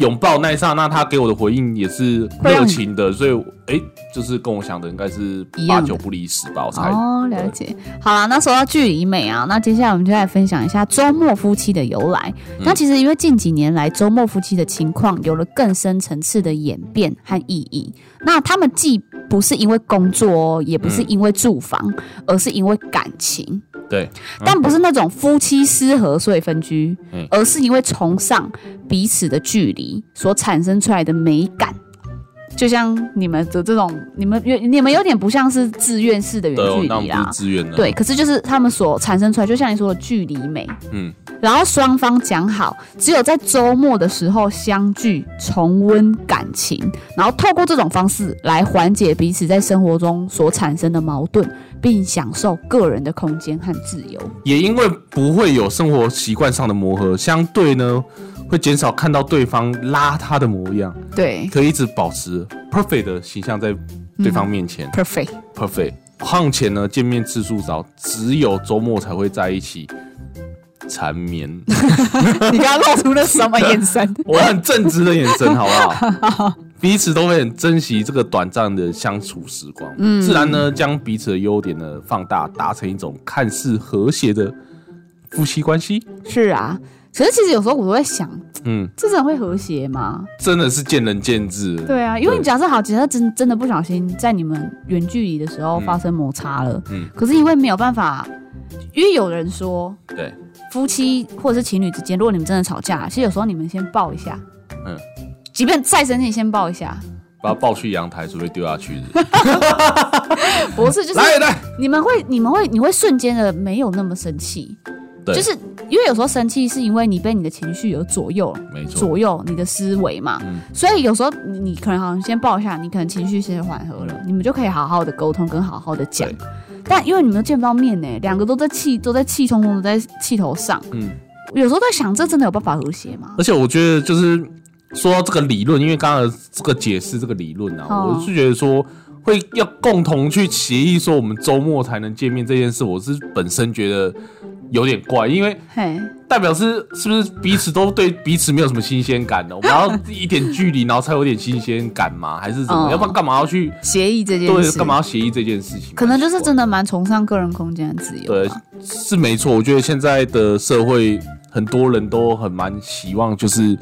Speaker 2: 拥抱那一刹那，他给我的回应也是
Speaker 1: 会让
Speaker 2: 热
Speaker 1: 你
Speaker 2: 情的，所以哎、就是跟我想的应该是
Speaker 1: 一
Speaker 2: 八
Speaker 1: 样的
Speaker 2: 九不离十吧，我猜。
Speaker 1: 哦，
Speaker 2: 对
Speaker 1: 了解。好啦，那说到距离美啊，那接下来我们就来分享一下周末夫妻的由来。
Speaker 2: 嗯
Speaker 1: 那其实因为近几年来周末夫妻的情况有了更深层次的演变和意义。那他们既不是因为工作哦，也不是
Speaker 2: 嗯
Speaker 1: 因为住房，而是因为感情。
Speaker 2: 对，
Speaker 1: 但不是那种夫妻失和所以分居，
Speaker 2: 嗯
Speaker 1: 而是因为崇尚彼此的距离所产生出来的美感。就像你们的这种，你们有你们有点不像是自愿式的远
Speaker 2: 对，我
Speaker 1: 距
Speaker 2: 那我
Speaker 1: 离啊
Speaker 2: 们不
Speaker 1: 啦
Speaker 2: 是，自愿的。，
Speaker 1: 对，可是就是他们所产生出来，就像你说的距离美，
Speaker 2: 嗯，
Speaker 1: 然后双方讲好，只有在周末的时候相聚，重温感情，然后透过这种方式来缓解彼此在生活中所产生的矛盾，并享受个人的空间和自由。
Speaker 2: 也因为不会有生活习惯上的磨合，相对呢会减少看到对方邋遢的模样，
Speaker 1: 对
Speaker 2: 可以一直保持 perfect 的形象在对方面前、
Speaker 1: ，perfect。
Speaker 2: perfect。况且呢，见面次数少，只有周末才会在一起缠绵。
Speaker 1: 你刚刚露出了什么眼神？
Speaker 2: 我很正直的眼神，好不好？彼此都会很珍惜这个短暂的相处时光，嗯，自然呢将彼此的优点呢放大，达成一种看似和谐的夫妻关系。
Speaker 1: 是啊，可是其实有时候我都在想，
Speaker 2: 嗯，
Speaker 1: 这真的会和谐吗？
Speaker 2: 真的是见仁见智。
Speaker 1: 对啊，因为
Speaker 2: 对
Speaker 1: 你假设好，假设真真的不小心在你们远距离的时候发生摩擦了，
Speaker 2: 嗯
Speaker 1: 可是因为没有办法，因为有人说
Speaker 2: 对，
Speaker 1: 夫妻或者是情侣之间，如果你们真的吵架，其实有时候你们先抱一下，
Speaker 2: 嗯
Speaker 1: 嗯，即便再生气，先抱一下，
Speaker 2: 把他抱去阳台，准备丢 下去。
Speaker 1: 不是就是
Speaker 2: 来来，
Speaker 1: 你们会你们会你会瞬间的没有那么生气，
Speaker 2: 对
Speaker 1: 就是因为有时候生气是因为你被你的情绪而左右，
Speaker 2: 没错，
Speaker 1: 左右你的思维嘛。
Speaker 2: 嗯
Speaker 1: 所以有时候你你可能好像先抱一下，你可能情绪先缓和了，你们就可以好好的沟通跟好好的讲
Speaker 2: 嗯对。
Speaker 1: 但因为你们都见不到面呢、两个都在气都在气冲冲的在气头上，
Speaker 2: 嗯。
Speaker 1: 有时候在想，这真的有办法和谐吗？
Speaker 2: 而且我觉得就是说到这个理论，因为刚刚的这个解释这个理论啊，
Speaker 1: 哦
Speaker 2: 我是觉得说。会要共同去协议说我们周末才能见面这件事，我是本身觉得有点怪，因为
Speaker 1: 嘿，
Speaker 2: 代表是是不是彼此都对彼此没有什么新鲜感的？我们要一点距离，然后才有点新鲜感吗？还是怎么？
Speaker 1: 嗯
Speaker 2: 要不然干嘛要去
Speaker 1: 协议这件
Speaker 2: 对
Speaker 1: 事，
Speaker 2: 干嘛？要协议这件事情？
Speaker 1: 可能就是
Speaker 2: 蛮奇怪
Speaker 1: 真的蛮崇尚个人空间的自由
Speaker 2: 对
Speaker 1: 吧。，
Speaker 2: 是没错。我觉得现在的社会，很多人都很蛮希望，就是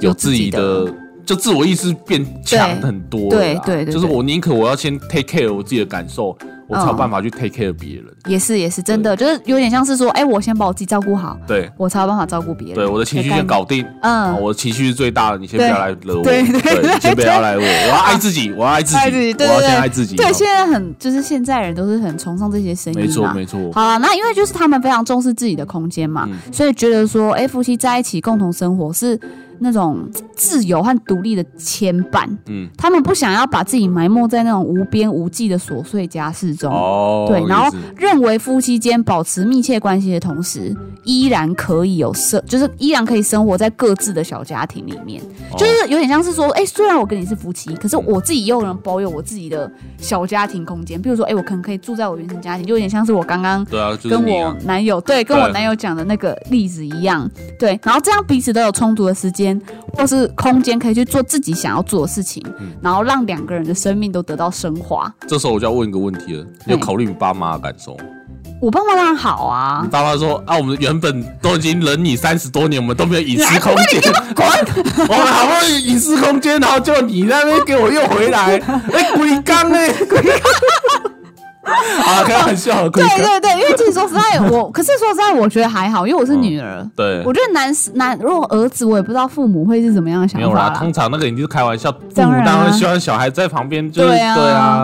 Speaker 2: 有自己
Speaker 1: 有
Speaker 2: 的，就自我意识变强很多了啦
Speaker 1: 对对对对
Speaker 2: 就是我宁可我要先 take care 我自己的感受，我才有
Speaker 1: 嗯
Speaker 2: 办法去 take care 别人。
Speaker 1: 也是也是真的，就是有点像是说，哎、我先把我自己照顾好，
Speaker 2: 对，
Speaker 1: 我才有办法照顾别人。
Speaker 2: 对，我的情绪
Speaker 1: 的概
Speaker 2: 先
Speaker 1: 念
Speaker 2: 搞定。啊
Speaker 1: 嗯，
Speaker 2: 我情绪是最大的，你先不要来惹我，
Speaker 1: 对对对
Speaker 2: 你先不要来惹我，我要爱自己，我要爱自己，
Speaker 1: 爱自己对对
Speaker 2: 我要
Speaker 1: 对
Speaker 2: 先爱自己。
Speaker 1: 对，现在很就是现在人都是很崇尚这些声音嘛。
Speaker 2: 没错没错，
Speaker 1: 好了，那因为就是他们非常重视自己的空间嘛，
Speaker 2: 嗯
Speaker 1: 所以觉得说，哎、夫妻在一起共同生活是那种自由和独立的牵绊。
Speaker 2: 嗯，
Speaker 1: 他们不想要把自己埋没在那种无边无际的琐碎家事中，
Speaker 2: 哦，
Speaker 1: 对然后
Speaker 2: 也是
Speaker 1: 认为夫妻间保持密切关系的同时，依然可以有生，就是依然可以生活在各自的小家庭里面，
Speaker 2: 哦
Speaker 1: 就是有点像是说，哎、虽然我跟你是夫妻，可是我自己又能保有我自己的小家庭空间，比如说，哎、我可能可以住在我原生家庭，就有点像是我刚刚
Speaker 2: 对啊，就是
Speaker 1: 跟
Speaker 2: 你
Speaker 1: 我
Speaker 2: 啊，
Speaker 1: 男友对，跟我
Speaker 2: 对
Speaker 1: 男友讲的那个例子一样，对，然后这样彼此都有充足的时间或是空间可以去做自己想要做的事情，
Speaker 2: 嗯
Speaker 1: 然后让两个人的生命都得到升华。
Speaker 2: 这时候我就要问一个问题了，
Speaker 1: 嗯
Speaker 2: 你有考虑你爸妈的感受吗？
Speaker 1: 我爸妈当然好啊
Speaker 2: 你，爸妈说啊，我们原本都已经忍你三十多年，我们都没有隐私空间，我们好不容易隐私空间，然后就你在那边给我又回来，哎，鬼刚 哎，鬼刚，啊，开玩笑，鬼
Speaker 1: 对对
Speaker 2: 刚，
Speaker 1: 对，因为其实说实在，我可是说实在，我觉得还好，因为我是女儿。
Speaker 2: 嗯对
Speaker 1: 我觉得男男如果儿子，我也不知道父母会是怎么样的想
Speaker 2: 没有
Speaker 1: 法
Speaker 2: 啦，
Speaker 1: 啦。
Speaker 2: 通常那个已经是开玩笑，父
Speaker 1: 当
Speaker 2: 母
Speaker 1: 然啊
Speaker 2: 当然希望小孩在旁边，就是
Speaker 1: 对
Speaker 2: 对
Speaker 1: 啊，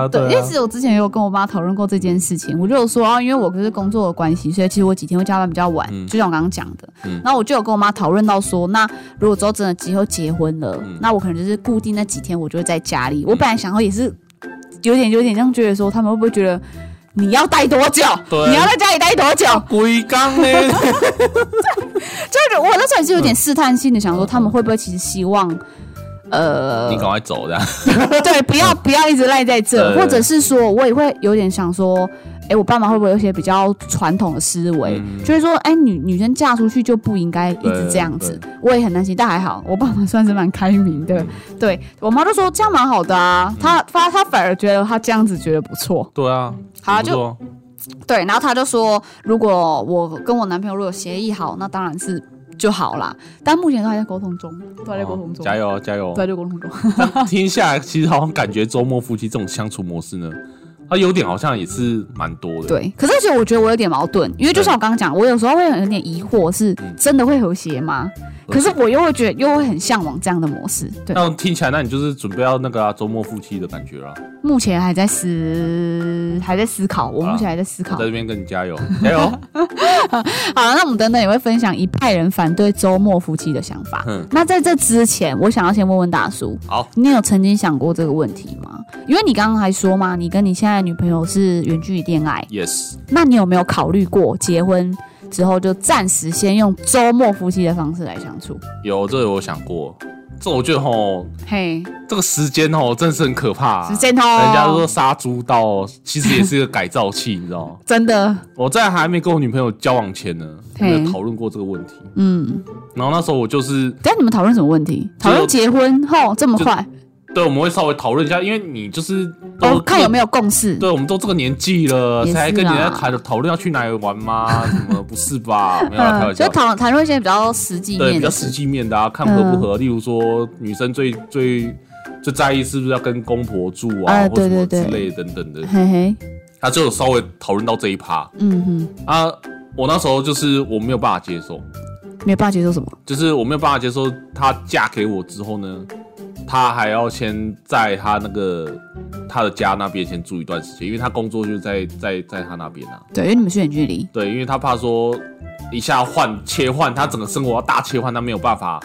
Speaker 2: 啊，
Speaker 1: 对
Speaker 2: 对啊，
Speaker 1: 因为其实我之前也有跟我妈讨论过这件事情，我就有说啊，因为我可是工作的关系，所以其实我几天会加班比较晚，
Speaker 2: 嗯
Speaker 1: 就像我刚刚讲的。
Speaker 2: 嗯
Speaker 1: 然后我就有跟我妈讨论到说，那如果之后真的以后结婚了，
Speaker 2: 嗯
Speaker 1: 那我可能就是固定那几天我就会在家里。我本来想要也是有点有点这样觉得说，他们会不会觉得你要待多久？
Speaker 2: 对
Speaker 1: 你要在家里待多久？
Speaker 2: 龟缸呢，
Speaker 1: 就是我那时候也是有点试探性的想说，他们会不会其实希望，呃
Speaker 2: 嗯你，赶快走的，
Speaker 1: 对，不 要不要一直赖在这，
Speaker 2: 对
Speaker 1: 或者是说我也会有点想说，哎，我爸妈会不会有一些比较传统的思维，
Speaker 2: 嗯
Speaker 1: 就是说，哎，女女生嫁出去就不应该一直这样子
Speaker 2: 对，嗯
Speaker 1: 我也很担心，但还好，我爸妈算是蛮开明的，对我妈就说这样蛮好的啊，她发她反而觉得她这样子觉得不错，
Speaker 2: 对啊，
Speaker 1: 好啊
Speaker 2: 很不错
Speaker 1: 对，然后他就说，如果我跟我男朋友如果有协议好，那当然是就好啦。但目前都还在沟通中，都还在沟通中，
Speaker 2: 哦加油加
Speaker 1: 都！
Speaker 2: 油
Speaker 1: 还在沟通中。
Speaker 2: 听下来，其实好像感觉周末夫妻这种相处模式呢，它优点好像也是蛮多的，
Speaker 1: 对，可是而且我觉得我有点矛盾，因为就像我刚刚讲，我有时候会有点疑惑，是真的会和谐吗？可是我又会觉得，又会很向往这样的模式。对，
Speaker 2: 那听起来，那你就是准备要那个啊，周末夫妻的感觉啦。
Speaker 1: 目前还在思，还在思考，我目前还在思考。
Speaker 2: 在这边跟 你加油，哎加油！
Speaker 1: 好，那我们等等也会分享一派人反对周末夫妻的想法
Speaker 2: 嗯。
Speaker 1: 那在这之前，我想要先问问大叔，
Speaker 2: 好，
Speaker 1: 你有曾经想过这个问题吗？因为你刚刚还说嘛，你跟你现在的女朋友是远距离恋爱，
Speaker 2: ，yes，
Speaker 1: 那你有没有考虑过结婚之后就暂时先用周末夫妻的方式来相处？
Speaker 2: 有这个我想过，这我觉得吼，
Speaker 1: 嘿，
Speaker 2: 这个时间吼真的是很可怕、啊
Speaker 1: 时间哦，
Speaker 2: 人家说杀猪刀，其实也是一个改造器，你知 道吗？
Speaker 1: 真的，
Speaker 2: 我在还没跟我女朋友交往前呢，我
Speaker 1: 嘿
Speaker 2: 们有讨论过这个问题。
Speaker 1: 嗯，
Speaker 2: 然后那时候我就是，
Speaker 1: 等一下你们讨论什么问题？讨论结婚后这么快，
Speaker 2: 对，我们会稍微讨论一下，因为你就是都、
Speaker 1: 哦，看有没有共识。
Speaker 2: 对，我们都这个年纪了，
Speaker 1: 也是啊
Speaker 2: 才跟人家谈讨论要去哪里 玩吗？什么不是吧？没有啦，啊开玩
Speaker 1: 嗯就
Speaker 2: 笑。
Speaker 1: 讨谈论一些比较实际
Speaker 2: 对，
Speaker 1: 面
Speaker 2: 比
Speaker 1: 的
Speaker 2: 较
Speaker 1: 事
Speaker 2: 实。际面的啊，看合不合。例如说，女生最
Speaker 1: 嗯
Speaker 2: 最最在意是不是要跟公婆住啊，
Speaker 1: 啊
Speaker 2: 或
Speaker 1: 对
Speaker 2: 什么
Speaker 1: 对对
Speaker 2: 之类的等等的，
Speaker 1: 嘿嘿，
Speaker 2: 他就有稍微讨论到这一趴
Speaker 1: 嗯哼，
Speaker 2: 啊。我那时候就是我没有办法接受，
Speaker 1: 没有办法接受什么？
Speaker 2: 就是我没有办法接受她嫁给我之后呢，她还要先在她那个她的家那边先住一段时间，因为她工作就在在在她那边啊。
Speaker 1: 对，因为你们是远距离，
Speaker 2: 对，因为她怕说一下换切换，她整个生活要大切换，她没有办法，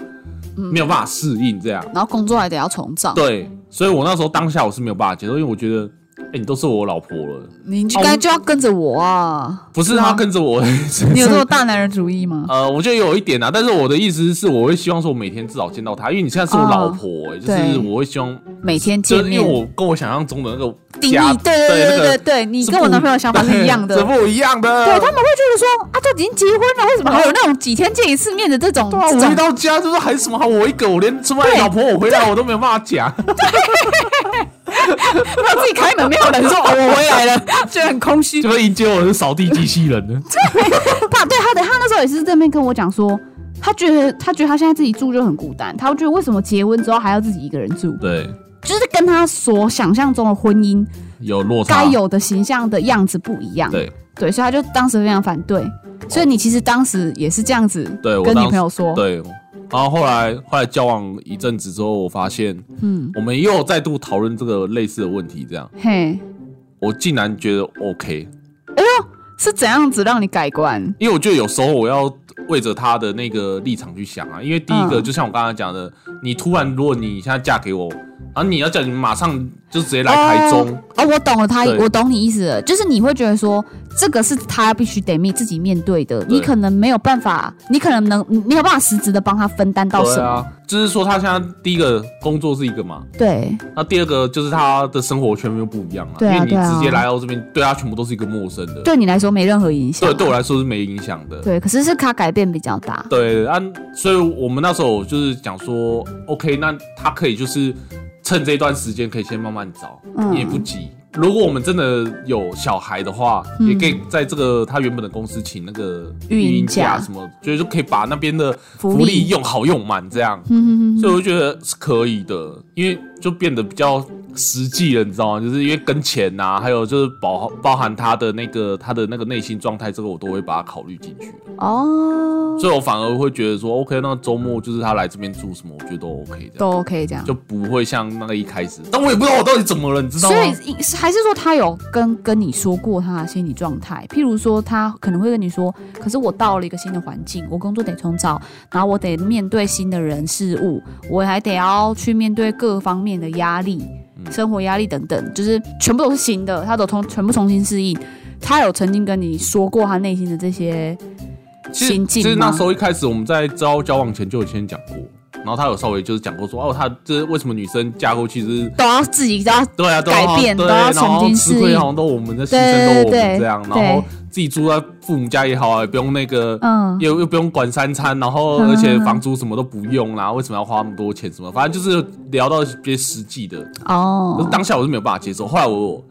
Speaker 3: 嗯
Speaker 2: 没有办法适应这样。
Speaker 1: 然后工作还得要重造。
Speaker 2: 对，所以我那时候当下我是没有办法接受，因为我觉得哎、你都是我老婆了，
Speaker 3: 你应
Speaker 2: 哦
Speaker 3: 该就要跟着我 啊！
Speaker 2: 不是
Speaker 3: 是吗
Speaker 2: 她跟着我。
Speaker 3: 你有这么大男人主义吗？
Speaker 2: 呃，我觉得有一点啊，但是我的意思是，我会希望说，我每天至少见到她，因为你现在是我老婆、欸就
Speaker 3: 哦对
Speaker 2: 是我会希望，
Speaker 3: 每天
Speaker 2: 就
Speaker 3: 见
Speaker 2: 是因为
Speaker 3: 面，
Speaker 2: 我跟我想象中的那个
Speaker 3: 定义
Speaker 2: 家
Speaker 3: 对对
Speaker 2: 那
Speaker 3: 对对
Speaker 2: 个
Speaker 3: 对，你
Speaker 2: 是
Speaker 3: 跟我
Speaker 2: 不
Speaker 3: 男朋友的想法是一样的。
Speaker 2: 是不一样的。
Speaker 3: 对他们会觉得说啊，都已经结婚了，为什么还有那种几天见一次面的这种
Speaker 2: 对啊，
Speaker 3: 这
Speaker 2: 我回
Speaker 3: 种？
Speaker 2: 到家就是还什么好，我一个我连出卖老婆我回来我都没有办法 讲，
Speaker 3: 他自己开门，没有人说哦，我回来 了，觉得很空虚
Speaker 2: 就。是迎接我是扫地机器人 呢。
Speaker 1: 他对他的他那时候也是这边跟我讲说，他觉得他觉得他现在自己住就很孤单，他觉得为什么结婚之后还要自己一个人住，
Speaker 2: 对，
Speaker 1: 就是跟他所想象中的婚姻
Speaker 2: 有落差，
Speaker 1: 该有的形象的样子不一样。
Speaker 2: 对哦
Speaker 1: 对，所以他就当时非常反对。所以你其实当时也是这样子
Speaker 2: 对，我
Speaker 1: 跟女
Speaker 2: 当
Speaker 1: 朋
Speaker 2: 时
Speaker 1: 友说，
Speaker 2: 对。然后后来后来交往一阵子之后，我发现，嗯，我们又再度讨论这个类似的问题，这样
Speaker 1: 嘿，
Speaker 2: 我竟然觉得 OK，
Speaker 3: 是怎样子让你改观？
Speaker 2: 因为我觉得有时候我要为着他的那个立场去想啊，因为第一个
Speaker 1: 嗯
Speaker 2: 就像我刚才讲的，你突然如果你现在嫁给我，然后你要叫你马上就直接来台中，
Speaker 1: 哦，我懂了他，
Speaker 2: 对
Speaker 1: 我懂你意思了，就是你会觉得说，这个是他必须得面自己面对的，
Speaker 2: 对
Speaker 1: 你可能没有办法，你可能能没有办法实质的帮他分担到
Speaker 2: 对
Speaker 1: 什么，
Speaker 2: 啊，就是说他现在第一个工作是一个嘛，
Speaker 1: 对
Speaker 2: 那第二个就是他的生活圈又不一样了，
Speaker 1: 对啊
Speaker 2: 因为你
Speaker 1: 对啊
Speaker 2: 直接来到这边，对他全部都是一个陌生的，
Speaker 1: 对啊你来说没任何影响
Speaker 2: 对，，对我来说是没影响的。
Speaker 1: 对，可是是他改变比较大，
Speaker 2: 对啊，所以我们那时候就是讲说，OK，那他可以就是趁这段时间可以先慢慢找，
Speaker 1: 嗯
Speaker 2: 也不急。如果我们真的有小孩的话，也可以在这个他原本的公司请那个
Speaker 1: 嗯育婴
Speaker 2: 育婴
Speaker 1: 假
Speaker 2: 什么，就是可以把那边的
Speaker 1: 福
Speaker 2: 福利
Speaker 1: 利
Speaker 2: 用好用满这样。
Speaker 1: 嗯哼哼
Speaker 2: 所以我就觉得是可以的，因为就变得比较实际了，你知道吗？就是因为跟钱呐、还有就是包包含他的那个他的那个内心状态，这个我都会把它考虑进去。
Speaker 1: 哼哦，
Speaker 2: 所以我反而会觉得说，OK，那周末就是他来这边住什么，我觉得都 OK 的，
Speaker 3: 都 OK 这样。
Speaker 2: 就不会像那个一开始。但我也不知道我到底怎么了，你知道
Speaker 1: 所
Speaker 2: 吗？
Speaker 1: 以还是说他有跟跟你说过他的心理状态，譬如说他可能会跟你说，可是我到了一个新的环境，我工作得重找，然后我得面对新的人事物，我还得要去面对各方面的压力、
Speaker 2: 嗯
Speaker 1: 生活压力等等，就是全部都是新的，他都重全部重新适应。他有曾经跟你说过他内心的这些
Speaker 2: 其实
Speaker 1: 心境
Speaker 2: 其实那
Speaker 1: 吗
Speaker 2: 时候一开始我们在招交往前就有先讲过，然后他有稍微就是讲过说，哦，他这为什么女生嫁过去就是
Speaker 1: 都要自己都要
Speaker 2: 对啊，都
Speaker 1: 改
Speaker 2: 好
Speaker 1: 变
Speaker 2: 对，
Speaker 1: 都要
Speaker 2: 然
Speaker 1: 重
Speaker 2: 后
Speaker 1: 新
Speaker 2: 吃
Speaker 1: 适
Speaker 2: 亏
Speaker 1: 应
Speaker 2: 好像都我们的牺牲都我
Speaker 1: 对对
Speaker 2: 们这样，
Speaker 1: 对
Speaker 2: 然后自己住在父母家也好啊，也不用那个，
Speaker 1: 嗯
Speaker 2: 又又不用管三餐，然后
Speaker 1: 嗯
Speaker 2: 而且房租什么都不用啦，为什么要花那么多钱？什么，反正就是聊到一些实际的，可
Speaker 1: 哦
Speaker 2: 是，当下我是没有办法接受。后来我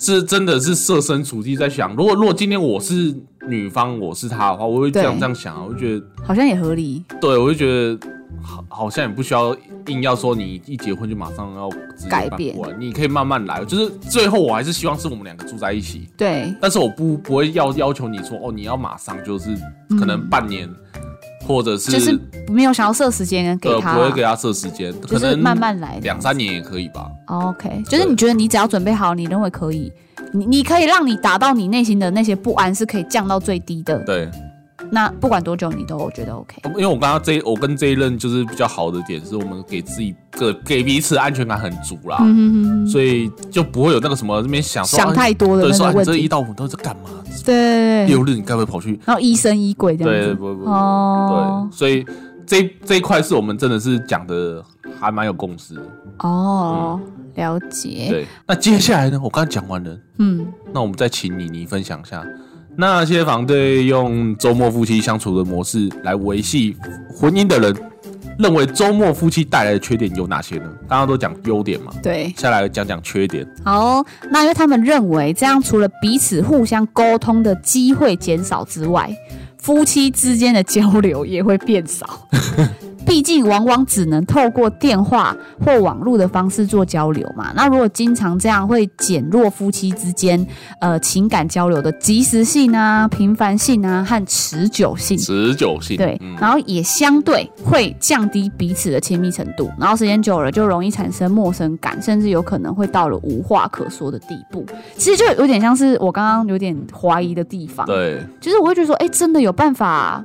Speaker 2: 是真的是设身处地在想，如果如果今天我是女方，我是他的话，我会这样
Speaker 1: 对
Speaker 2: 这样想啊，我就觉得，
Speaker 1: 好像也合理。
Speaker 2: 对我就觉得。好，好像也不需要硬要说你一结婚就马上要直接
Speaker 1: 改
Speaker 2: 搬
Speaker 1: 变
Speaker 2: 过来，你可以慢慢来。就是最后我还是希望是我们两个住在一起，
Speaker 1: 对，
Speaker 2: 但是我不不会要要求你说哦，你要马上就是可能半年，或者是
Speaker 1: 就是没有想要设时间给
Speaker 2: 呃
Speaker 1: 他
Speaker 2: 不
Speaker 1: 啦，
Speaker 2: 会给他设时间，
Speaker 1: 就
Speaker 2: 可
Speaker 1: 是
Speaker 2: 能
Speaker 1: 慢慢来这样
Speaker 2: 两
Speaker 1: 子。
Speaker 2: 三年也可以吧。
Speaker 1: 哦 OK，就是
Speaker 2: 对
Speaker 1: 你觉得你只要准备好，你认为可以，你你可以让你达到你内心的那些不安是可以降到最低的。
Speaker 2: 对，
Speaker 1: 那不管多久，你都觉得 OK。
Speaker 2: 因为我刚刚这一我跟这一任就是比较好的点是我们给自己个给彼此安全感很足啦，
Speaker 1: 嗯
Speaker 2: 所以就不会有那个什么那边想说
Speaker 3: 想
Speaker 2: 啊
Speaker 3: 太多的
Speaker 2: 对
Speaker 3: 那
Speaker 2: 说啊
Speaker 3: 种
Speaker 2: 你
Speaker 3: 问
Speaker 2: 这一
Speaker 3: 题，
Speaker 2: 到五都在干嘛？
Speaker 1: 对，
Speaker 2: 六日你该不会跑去
Speaker 1: 然后疑神疑鬼这样
Speaker 2: 对
Speaker 1: 子。
Speaker 2: 不不不
Speaker 1: 哦
Speaker 2: 对，所以这这一块是我们真的是讲的还蛮有共识的。
Speaker 1: 哦，了解。
Speaker 2: 嗯对，那接下来呢，我刚刚讲完了，
Speaker 1: 嗯，
Speaker 2: 那我们再请你你分享一下那些反对用周末夫妻相处的模式来维系婚姻的人，认为周末夫妻带来的缺点有哪些呢？刚刚都讲优点嘛，
Speaker 3: 对，
Speaker 2: 下来讲讲缺点。
Speaker 1: 好哦、那因为他们认为这样除了彼此互相沟通的机会减少之外，夫妻之间的交流也会变少。毕竟往往只能透过电话或网络的方式做交流嘛。那如果经常这样，会减弱夫妻之间呃情感交流的及时性啊、频繁性啊和持久性。
Speaker 2: 持久性，
Speaker 1: 对
Speaker 2: 嗯，，
Speaker 1: 然后也相对会降低彼此的亲密程度，然后时间久了就容易产生陌生感，甚至有可能会到了无话可说的地步。其实就有点像是我刚刚有点怀疑的地方，
Speaker 2: 对，
Speaker 1: 就是我会觉得说，哎，真的有办法，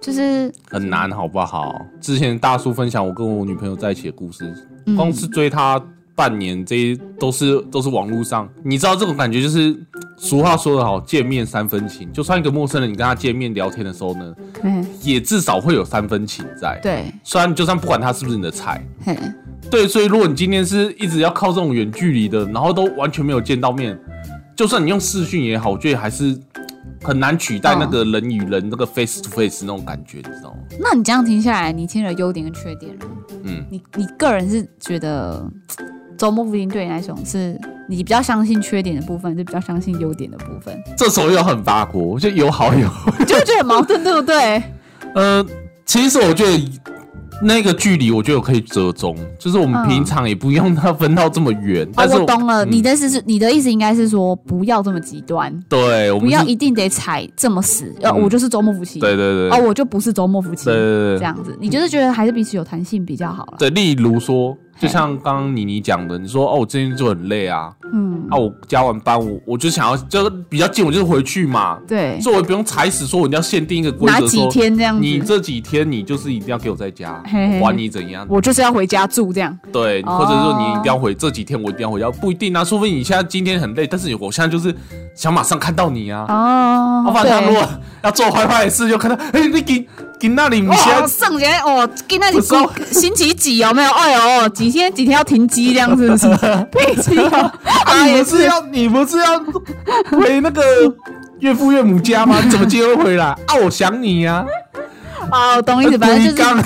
Speaker 1: 就是
Speaker 2: 很难，好不好？之前大叔分享我跟我女朋友在一起的故事，
Speaker 1: 嗯
Speaker 2: 光是追她半年，这些都是都是网络上，你知道这种感觉就是，俗话说得好，见面三分情。就算一个陌生人，你跟他见面聊天的时候呢，
Speaker 1: 嘿，
Speaker 2: 也至少会有三分情在。
Speaker 1: 对，
Speaker 2: 虽然就算不管他是不是你的菜，
Speaker 1: 嘿，
Speaker 2: 对，所以如果你今天是一直要靠这种远距离的，然后都完全没有见到面，就算你用视讯也好，我觉得还是很难取代那个人与人那个 face to face 那种感觉，你知道吗？
Speaker 1: 那你这样听下来，你听了优点跟缺点了，
Speaker 2: 嗯，
Speaker 1: 你你个人是觉得嘖周末福音对你来说是你比较相信缺点的部分，就比较相信优点的部分，
Speaker 2: 这时候又很八卦，我觉得有好有
Speaker 1: 你就会觉得很矛盾，对不对？
Speaker 2: 呃，其实我觉得那个距离，我觉得我可以折中，就是我们
Speaker 1: 嗯
Speaker 2: 平常也不用它分到这么远。
Speaker 1: 哦，
Speaker 2: 但是
Speaker 1: 我懂了，
Speaker 2: 嗯
Speaker 1: 你的意思是你的意思应该是说不要这么极端，
Speaker 2: 对，我
Speaker 1: 不
Speaker 2: 们
Speaker 1: 要
Speaker 2: 是
Speaker 1: 一定得踩这么死。呃，
Speaker 2: 嗯
Speaker 1: 我就是周末夫妻，
Speaker 2: 对对对
Speaker 1: 哦，我就不是周末夫妻，
Speaker 2: 对对
Speaker 1: 这
Speaker 2: 对
Speaker 1: 样子，你就是觉得还是彼此有弹性比较好了。
Speaker 2: 对。例如说，就像刚刚妮妮讲的，你说哦，我最近就很累啊，
Speaker 1: 嗯，
Speaker 2: 啊，我加完班，我我就想要就比较近，我就是回去嘛，
Speaker 1: 对，
Speaker 2: 所以我也不用踩死说我一定要限定一个规
Speaker 1: 哪
Speaker 2: 则
Speaker 1: 几
Speaker 2: 说。
Speaker 1: 天这样
Speaker 2: 你
Speaker 1: 子，
Speaker 2: 这几天你就是一定要给我在家，
Speaker 1: 嘿嘿嘿
Speaker 2: 管你怎样，
Speaker 1: 我就是要回家住 这样。
Speaker 2: 对，
Speaker 1: 哦
Speaker 2: 或者说你一定要回，这几天我一定要回家，不一定啊，说不定你现在今天很累，但是我现在就是想马上看到你啊。
Speaker 1: 哦
Speaker 2: 老板他啊如果要做坏坏的事，就看到，哎、你给给那里，你现
Speaker 1: 哇，
Speaker 2: 在
Speaker 1: 上节哦，今天你
Speaker 2: 不是哦
Speaker 1: 星期几有没有？哎呦，几天几天要停机这样子是不是？ 停机哦啊，
Speaker 2: 你
Speaker 1: 也
Speaker 2: 不是
Speaker 1: 是
Speaker 2: 要你不是要回那个岳父岳母 家吗？你怎么今天会回来啊？我想你呀、
Speaker 1: 哦，懂
Speaker 2: 啊，
Speaker 1: 意思，反正就
Speaker 2: 故意
Speaker 1: 是
Speaker 2: 刚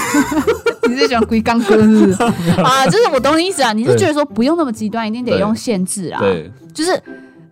Speaker 1: 你是喜欢龟缸哥是不 是？啊，就是我懂你意思啊，你是
Speaker 2: 对
Speaker 1: 觉得说不用那么极端，一定得
Speaker 2: 对
Speaker 1: 用限制啊，
Speaker 2: 对，
Speaker 1: 就是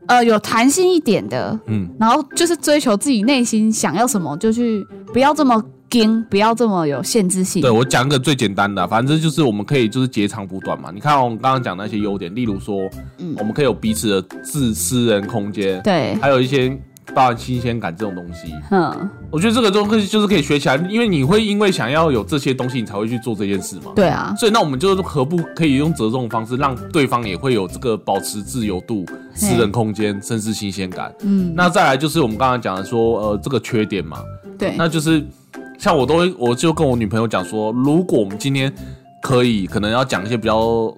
Speaker 1: 呃有弹性一点的，
Speaker 2: 嗯，
Speaker 1: 然后就是追求自己内心想要什么，就去不要这么硬，不要这么有限制性
Speaker 2: 对。我讲个最简单的啊、反正就是我们可以就是截长补短嘛。你看、哦、我们刚刚讲那些优点，例如说，
Speaker 1: 嗯
Speaker 2: 我们可以有彼此的自私人空间，
Speaker 1: 对，
Speaker 2: 还有一些包含新鲜感这种东西，
Speaker 1: 嗯，
Speaker 2: 我觉得这个东西就是可以学起来，因为你会因为想要有这些东西，你才会去做这件事嘛。
Speaker 1: 对啊，
Speaker 2: 所以那我们就是何不可以用折中的方式，让对方也会有这个保持自由度、私人空间，甚至新鲜感。
Speaker 1: 嗯，
Speaker 2: 那再来就是我们刚才讲的说，呃，这个缺点嘛，
Speaker 1: 对，
Speaker 2: 那就是像我都会，我就跟我女朋友讲说，如果我们今天可以，可能要讲一些比较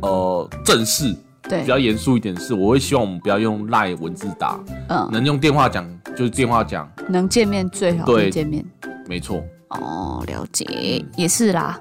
Speaker 2: 呃正式、比
Speaker 1: 对，
Speaker 2: 较严肃一点的事，我会希望我们不要用赖文字打，
Speaker 1: 嗯，
Speaker 2: 能用电话讲就是电话讲，
Speaker 1: 能见面最好
Speaker 2: 对
Speaker 1: 能见面。
Speaker 2: 没错。
Speaker 1: 哦，了解，也是啦。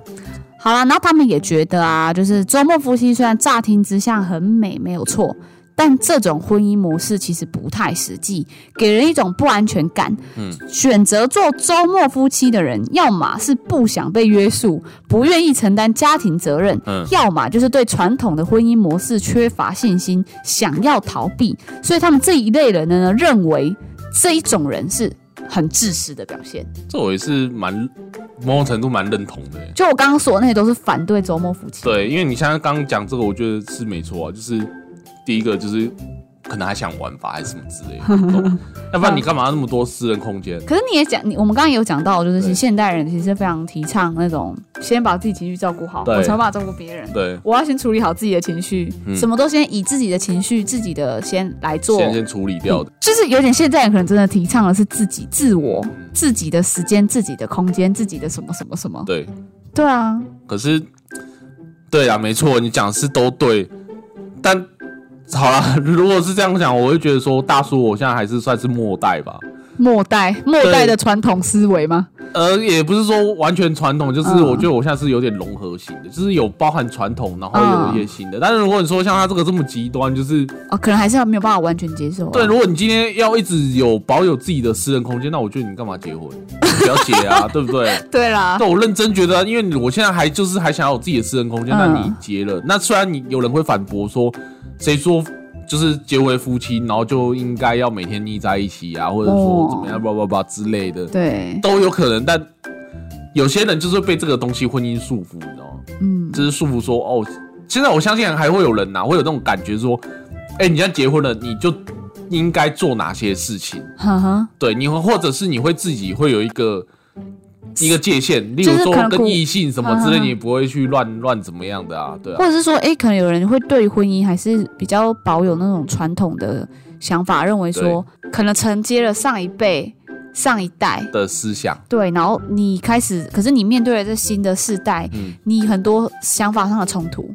Speaker 1: 好啦，然后他们也觉得啊，就是周末夫妻虽然乍听之下很美，没有错，但这种婚姻模式其实不太实际，给人一种不安全感。嗯，选择做周末夫妻的人，要么是不想被约束，不愿意承担家庭责任，
Speaker 2: 嗯
Speaker 1: 要么就是对传统的婚姻模式缺乏信心，想要逃避。所以他们这一类人呢，认为这一种人是很自私的表现。
Speaker 2: 这我也是蛮某种程度蛮认同的欸。
Speaker 1: 就我刚刚说的那些都是反对周末夫妻。
Speaker 2: 对，因为你现在刚刚讲这个，我觉得是没错啊，就是第一个就是可能还想玩吧，还是什么之类的，懂要不然你干嘛那么多私人空间？
Speaker 1: 可是你也讲，你我们刚刚也有讲到，就是其
Speaker 2: 对
Speaker 1: 实现代人其实非常提倡那种先把自己情绪照顾好，
Speaker 2: 对
Speaker 1: 我才有办法照顾别人。
Speaker 2: 对，
Speaker 1: 我要先处理好自己的情绪，
Speaker 2: 嗯
Speaker 1: 什么都先以自己的情绪、自己的先来做。
Speaker 2: 先先处理掉的。
Speaker 1: 就是有点现在人可能真的提倡的是自己、自我、
Speaker 2: 嗯
Speaker 1: 自己的时间、自己的空间、自己的什么什么什么。
Speaker 2: 对，
Speaker 1: 对啊，
Speaker 2: 可是对啊，没错，你讲的是都对，但好啦，如果是这样讲，我会觉得说大叔，我现在还是算是末代吧。
Speaker 1: 末代末代的传统思维吗？
Speaker 2: 呃，也不是说完全传统，就是
Speaker 1: 嗯
Speaker 2: 我觉得我现在是有点融合型的，就是有包含传统，然后有一些新
Speaker 1: 嗯
Speaker 2: 的。但是如果你说像他这个这么极端，就是
Speaker 1: 哦，可能还是没有办法完全接受啊、
Speaker 2: 对，如果你今天要一直有保有自己的私人空间，那我觉得你干嘛结婚？你不要结 啊，对不对？
Speaker 1: 对啦，
Speaker 2: 但我认真觉得啊，因为我现在还就是还想要有自己的私人空间，那
Speaker 1: 嗯
Speaker 2: 你结了，那虽然你有人会反驳说，谁说就是结为夫妻，然后就应该要每天腻在一起啊，或者
Speaker 1: 哦
Speaker 2: 说怎么样，叭叭叭之类的，
Speaker 1: 对，
Speaker 2: 都有可能，但有些人就是被这个东西婚姻束缚，你知道吗？
Speaker 1: 嗯，
Speaker 2: 就是束缚说哦，现在我相信还会有人呐、会有那种感觉说，哎、你现在结婚了，你就应该做哪些事情？
Speaker 1: 哈哈，
Speaker 2: 对，你会或者是你会自己会有一个一个界限，例
Speaker 1: 就
Speaker 2: 如
Speaker 1: 是可
Speaker 2: 说
Speaker 1: 能
Speaker 2: 跟
Speaker 1: 鼓
Speaker 2: 异性什么之类，
Speaker 1: 嗯嗯嗯
Speaker 2: 你不会去乱乱怎么样的啊，对啊
Speaker 1: 或，者是说，哎、可能有人会对婚姻还是比较保有那种传统的想法，认为说，可能承接了上一辈、上一代，
Speaker 2: 的思想，
Speaker 1: 对，然后你开始，可是你面对了这新的世代，
Speaker 2: 嗯
Speaker 1: 你很多想法上的冲突，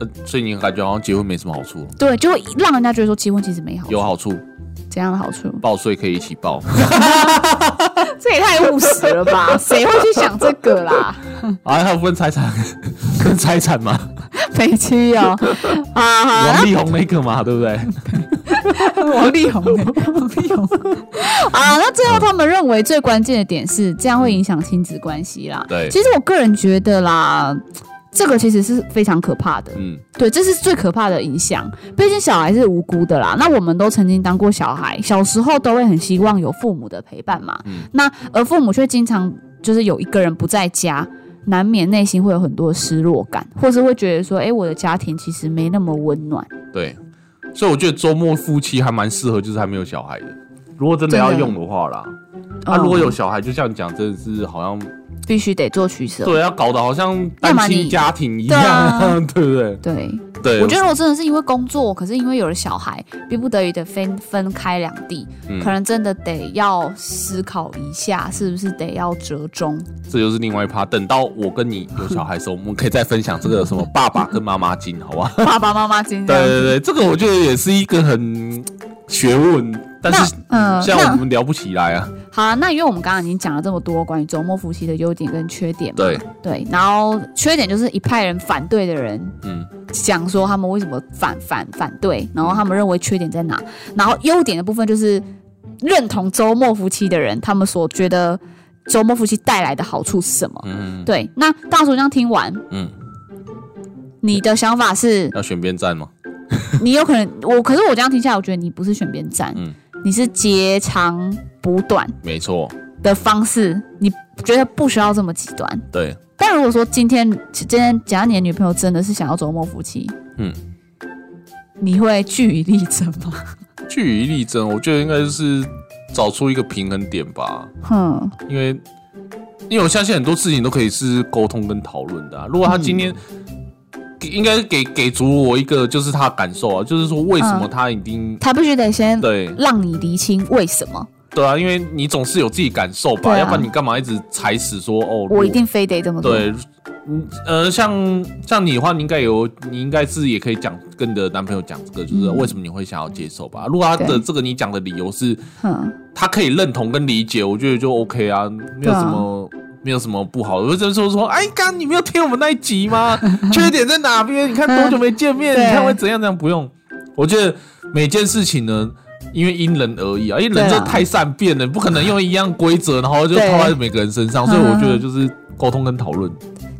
Speaker 2: 呃，所以你感觉好像结婚没什么好处，
Speaker 1: 对，就会让人家觉得说结婚其实没好处，
Speaker 2: 有好处，
Speaker 1: 怎样的好处？
Speaker 2: 报税可以一起报，
Speaker 1: 这也太务实了吧？ 谁会去想这个 啦？
Speaker 2: 啊，还有分财产，分财产嘛，
Speaker 1: 北区 哦，啊，好
Speaker 2: 王力宏那个嘛，对不对？
Speaker 1: 王力宏，欸王力 宏啊！那最
Speaker 2: 嗯
Speaker 1: 后他们认为最关键的点是，这样会影响亲子关系啦。
Speaker 2: 对
Speaker 1: 其实我个人觉得啦，这个其实是非常可怕的。
Speaker 2: 嗯，
Speaker 1: 对，这是最可怕的影响。毕竟小孩是无辜的啦。那我们都曾经当过小孩，小时候都会很希望有父母的陪伴嘛。
Speaker 2: 嗯
Speaker 1: 那而父母却经常就是有一个人不在家，难免内心会有很多失落感，或是会觉得说，哎，我的家庭其实没那么温暖。
Speaker 2: 对。所以我觉得周末夫妻还蛮适合，就是还没有小孩的。如果真的要
Speaker 1: 对啊
Speaker 2: 用的话啦，啊，
Speaker 1: 嗯
Speaker 2: 如果有小孩，就像你讲，真的是好像
Speaker 1: 必须得做取舍。
Speaker 2: 对，要搞得好像
Speaker 1: 要
Speaker 2: 单
Speaker 1: 么
Speaker 2: 亲
Speaker 1: 你
Speaker 2: 家庭一
Speaker 1: 对
Speaker 2: 样
Speaker 1: 啊，
Speaker 2: 对不 对？
Speaker 1: 对，
Speaker 2: 对，
Speaker 1: 我觉得我真的是因为工作，可是因为有了小孩，逼不得已的分分开两地，
Speaker 2: 嗯
Speaker 1: 可能真的得要思考一下，是不是得要折 中？
Speaker 2: 这就是另外一趴。等到我跟你有小孩的时候，我们可以再分享这个什么爸爸跟妈妈经，好 吧？
Speaker 1: 爸爸妈妈今
Speaker 2: 对对
Speaker 1: 天
Speaker 2: 对，这个我觉得也是一个很学问，但是
Speaker 1: 那嗯
Speaker 2: 像
Speaker 1: 那
Speaker 2: 我们聊不起来啊。
Speaker 1: 好啊，那因为我们刚刚已经讲了这么多关于周末夫妻的优点跟缺点嘛，
Speaker 2: 对，
Speaker 1: 对，然后缺点就是一派人反对的人
Speaker 2: 嗯，
Speaker 1: 讲说他们为什么反反反对，然后他们认为缺点在哪，然后优点的部分就是认同周末夫妻的人，他们所觉得周末夫妻带来的好处是什么？
Speaker 2: 嗯
Speaker 1: 对，那大叔这样听完，
Speaker 2: 嗯，
Speaker 1: 你的想法是
Speaker 2: 要选边站吗？
Speaker 1: 你有可能我，可是我这样听下来，我觉得你不是选边站，
Speaker 2: 嗯
Speaker 1: 你是截长补短
Speaker 2: 没错，
Speaker 1: 的方式，你觉得不需要这么极端。
Speaker 2: 对，
Speaker 1: 但如果说今天今天，假如你的女朋友真的是想要周末夫妻，
Speaker 2: 嗯，
Speaker 1: 你会据以力争吗？
Speaker 2: 据以力争，我觉得应该就是找出一个平衡点吧，
Speaker 1: 哼，
Speaker 2: 因为。因为我相信很多事情都可以是沟通跟讨论的、啊。如果他今天、
Speaker 1: 嗯
Speaker 2: 应该给给足我一个就是他的感受啊，就是说为什么
Speaker 1: 嗯
Speaker 2: 他一定、
Speaker 1: 他必须得先
Speaker 2: 对
Speaker 1: 让你厘清为什么
Speaker 2: 对啊，因为你总是有自己感受吧，
Speaker 1: 对啊
Speaker 2: 要不然你干嘛一直踩死说哦，
Speaker 1: 我一定非得这么做。
Speaker 2: 对，嗯呃，像像你的话，你应该有，你应该是也可以讲跟你的男朋友讲这个，就是
Speaker 1: 嗯
Speaker 2: 为什么你会想要接受吧。如果他的
Speaker 1: 对
Speaker 2: 这个你讲的理由是
Speaker 1: 哼，
Speaker 2: 他可以认同跟理解，我觉得就 OK 啊，没有
Speaker 1: 嗯对啊
Speaker 2: 什么。没有什么不好的，我只是说说，哎，刚刚你没有听我们那一集 吗？缺点在哪边？你看多久没见面？
Speaker 1: 对
Speaker 2: 你看会怎样？怎样不用。我觉得每件事情呢，因为因人而异啊，因为人
Speaker 1: 对
Speaker 2: 这
Speaker 1: 啊
Speaker 2: 太善变了，不可能用一样规则，然后就
Speaker 1: 对嗯
Speaker 2: 套在每个人身上。所以我觉得就是沟通跟讨论，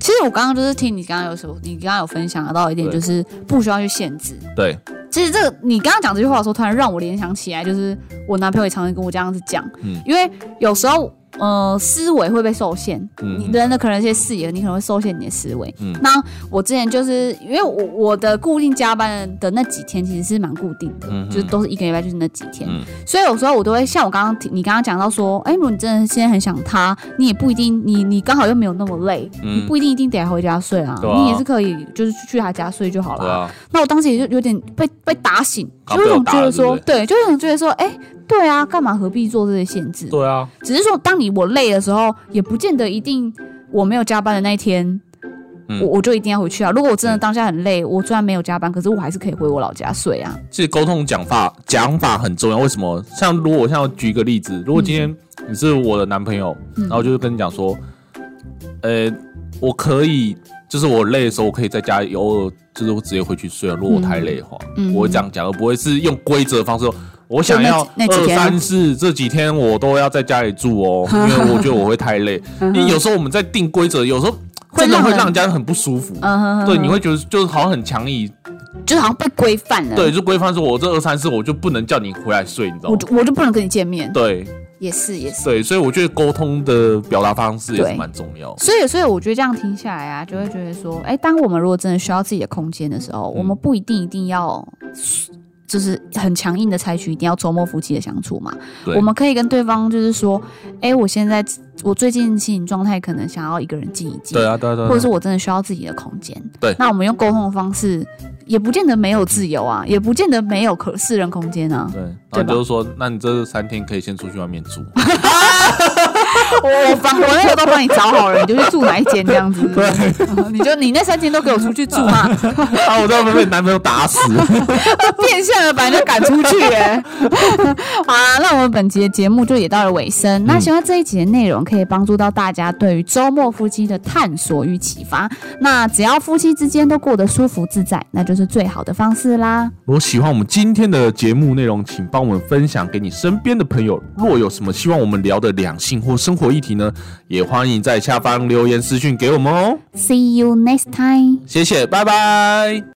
Speaker 1: 其实我刚刚就是听你刚刚有什么，你刚刚有分享到一点，
Speaker 2: 对
Speaker 1: 就是不需要去限制。
Speaker 2: 对，
Speaker 1: 其实这个你刚刚讲这句话的时候，突然让我联想起来，就是我男朋友也常常跟我这样子讲，
Speaker 2: 嗯
Speaker 1: 因为有时候呃思维会被受限，
Speaker 2: 嗯
Speaker 1: 你人的可能一些视野，你可能会受限你的思维。
Speaker 2: 嗯
Speaker 1: 那我之前就是因为我我的固定加班的那几天其实是蛮固定的，
Speaker 2: 嗯哼
Speaker 1: 就是都是一个礼拜就是那几天，
Speaker 2: 嗯
Speaker 1: 所以有时候我都会像我刚刚提你刚刚讲到说，哎、如果你真的现在很想他，你也不一定你你刚好又没有那么累，
Speaker 2: 嗯
Speaker 1: 你不一定一定得回家睡啊，
Speaker 2: 对啊
Speaker 1: 你也是可以就是去去他家睡就好了
Speaker 2: 对。啊，
Speaker 1: 那我当时也就有点被被打醒，
Speaker 2: 啊
Speaker 1: 就有
Speaker 2: 被我
Speaker 1: 种
Speaker 2: 打
Speaker 1: 觉
Speaker 2: 了
Speaker 1: 得
Speaker 2: 是不
Speaker 1: 说
Speaker 2: 是，
Speaker 1: 对，就有种觉得说，哎、对啊，干嘛何必做这些限制？
Speaker 2: 对啊，
Speaker 1: 只是说，当你我累的时候，也不见得一定我没有加班的那一天，
Speaker 2: 嗯
Speaker 1: 我我就一定要回去啊。如果我真的
Speaker 2: 嗯
Speaker 1: 当下很累，我虽然没有加班，可是我还是可以回我老家睡啊。
Speaker 2: 其实沟通讲法讲法很重要。为什么？像如果我像举一个例子，如果今天
Speaker 1: 嗯
Speaker 2: 你是我的男朋友，然后就是跟你讲说，呃，我可以，就是我累的时候，我可以在家偶尔就是我直接回去睡了。如果我太累的话，
Speaker 1: 嗯
Speaker 2: 我会这样讲，而不会是用规则的方式说。我想
Speaker 1: 就那
Speaker 2: 要
Speaker 1: 那几
Speaker 2: 二
Speaker 1: 天啊
Speaker 2: 三四这几天我都要在家里住 哦，因为我觉得我会太累。因为有时候我们在定规则，有时候
Speaker 1: 嗯会
Speaker 2: 真的
Speaker 1: 让
Speaker 2: 会
Speaker 1: 人
Speaker 2: 让人家很不舒服。
Speaker 1: 嗯哼哼，
Speaker 2: 对，你会觉得就是好像很强硬，
Speaker 1: 就是好像被规范了。
Speaker 2: 对，，就规范说，我这二三四我就不能叫你回来睡，你知道
Speaker 1: 我
Speaker 2: 吗？
Speaker 1: 就我就不能跟你见面。
Speaker 2: 对
Speaker 1: 也是也是。
Speaker 2: 对，所以我觉得沟通的表达方式也是
Speaker 1: 对
Speaker 2: 蛮重要。
Speaker 1: 所以，所以我觉得这样听下来啊，就会觉得说，哎、当我们如果真的需要自己的空间的时候，我
Speaker 2: 嗯
Speaker 1: 们不一定一定要，就是很强硬的采取一定要周末夫妻的相处嘛。
Speaker 2: 对
Speaker 1: 我们可以跟对方就是说，哎、我现在我最近心情状态可能想要一个人静一静，
Speaker 2: 对啊，对啊，对
Speaker 1: 或
Speaker 2: 啊
Speaker 1: 者
Speaker 2: 对
Speaker 1: 是
Speaker 2: 啊，
Speaker 1: 我真的需要自己的空间。
Speaker 2: 对
Speaker 1: 那我们用沟通的方式，也不见得没有自由啊，也不见得没有可私人空间啊。
Speaker 2: 对，然后
Speaker 1: 对吧
Speaker 2: 就是说，那你这三天可以先出去外面住，
Speaker 1: 我房我那个都帮你找好了，你就去住哪一间这样子。对， 你就你那三间都给我出去住嘛，
Speaker 2: 啊，我在外面被男朋友打死。
Speaker 1: 变相的把人家赶出去耶、 好啦，那我们本集的节目就也到了尾声。那希望这一集的内容可以帮助到大家对于周末夫妻的探索与启发。那只要夫妻之间都过得舒服自在，那就是最好的方式啦。
Speaker 2: 如果 喜欢我们今天的节目内容，请帮我们分享给你身边的朋友。若有什么希望我们聊的两性或生活议题呢，也欢迎在下方留言私讯给我们哦。
Speaker 4: See you next time.
Speaker 2: 谢谢，拜拜。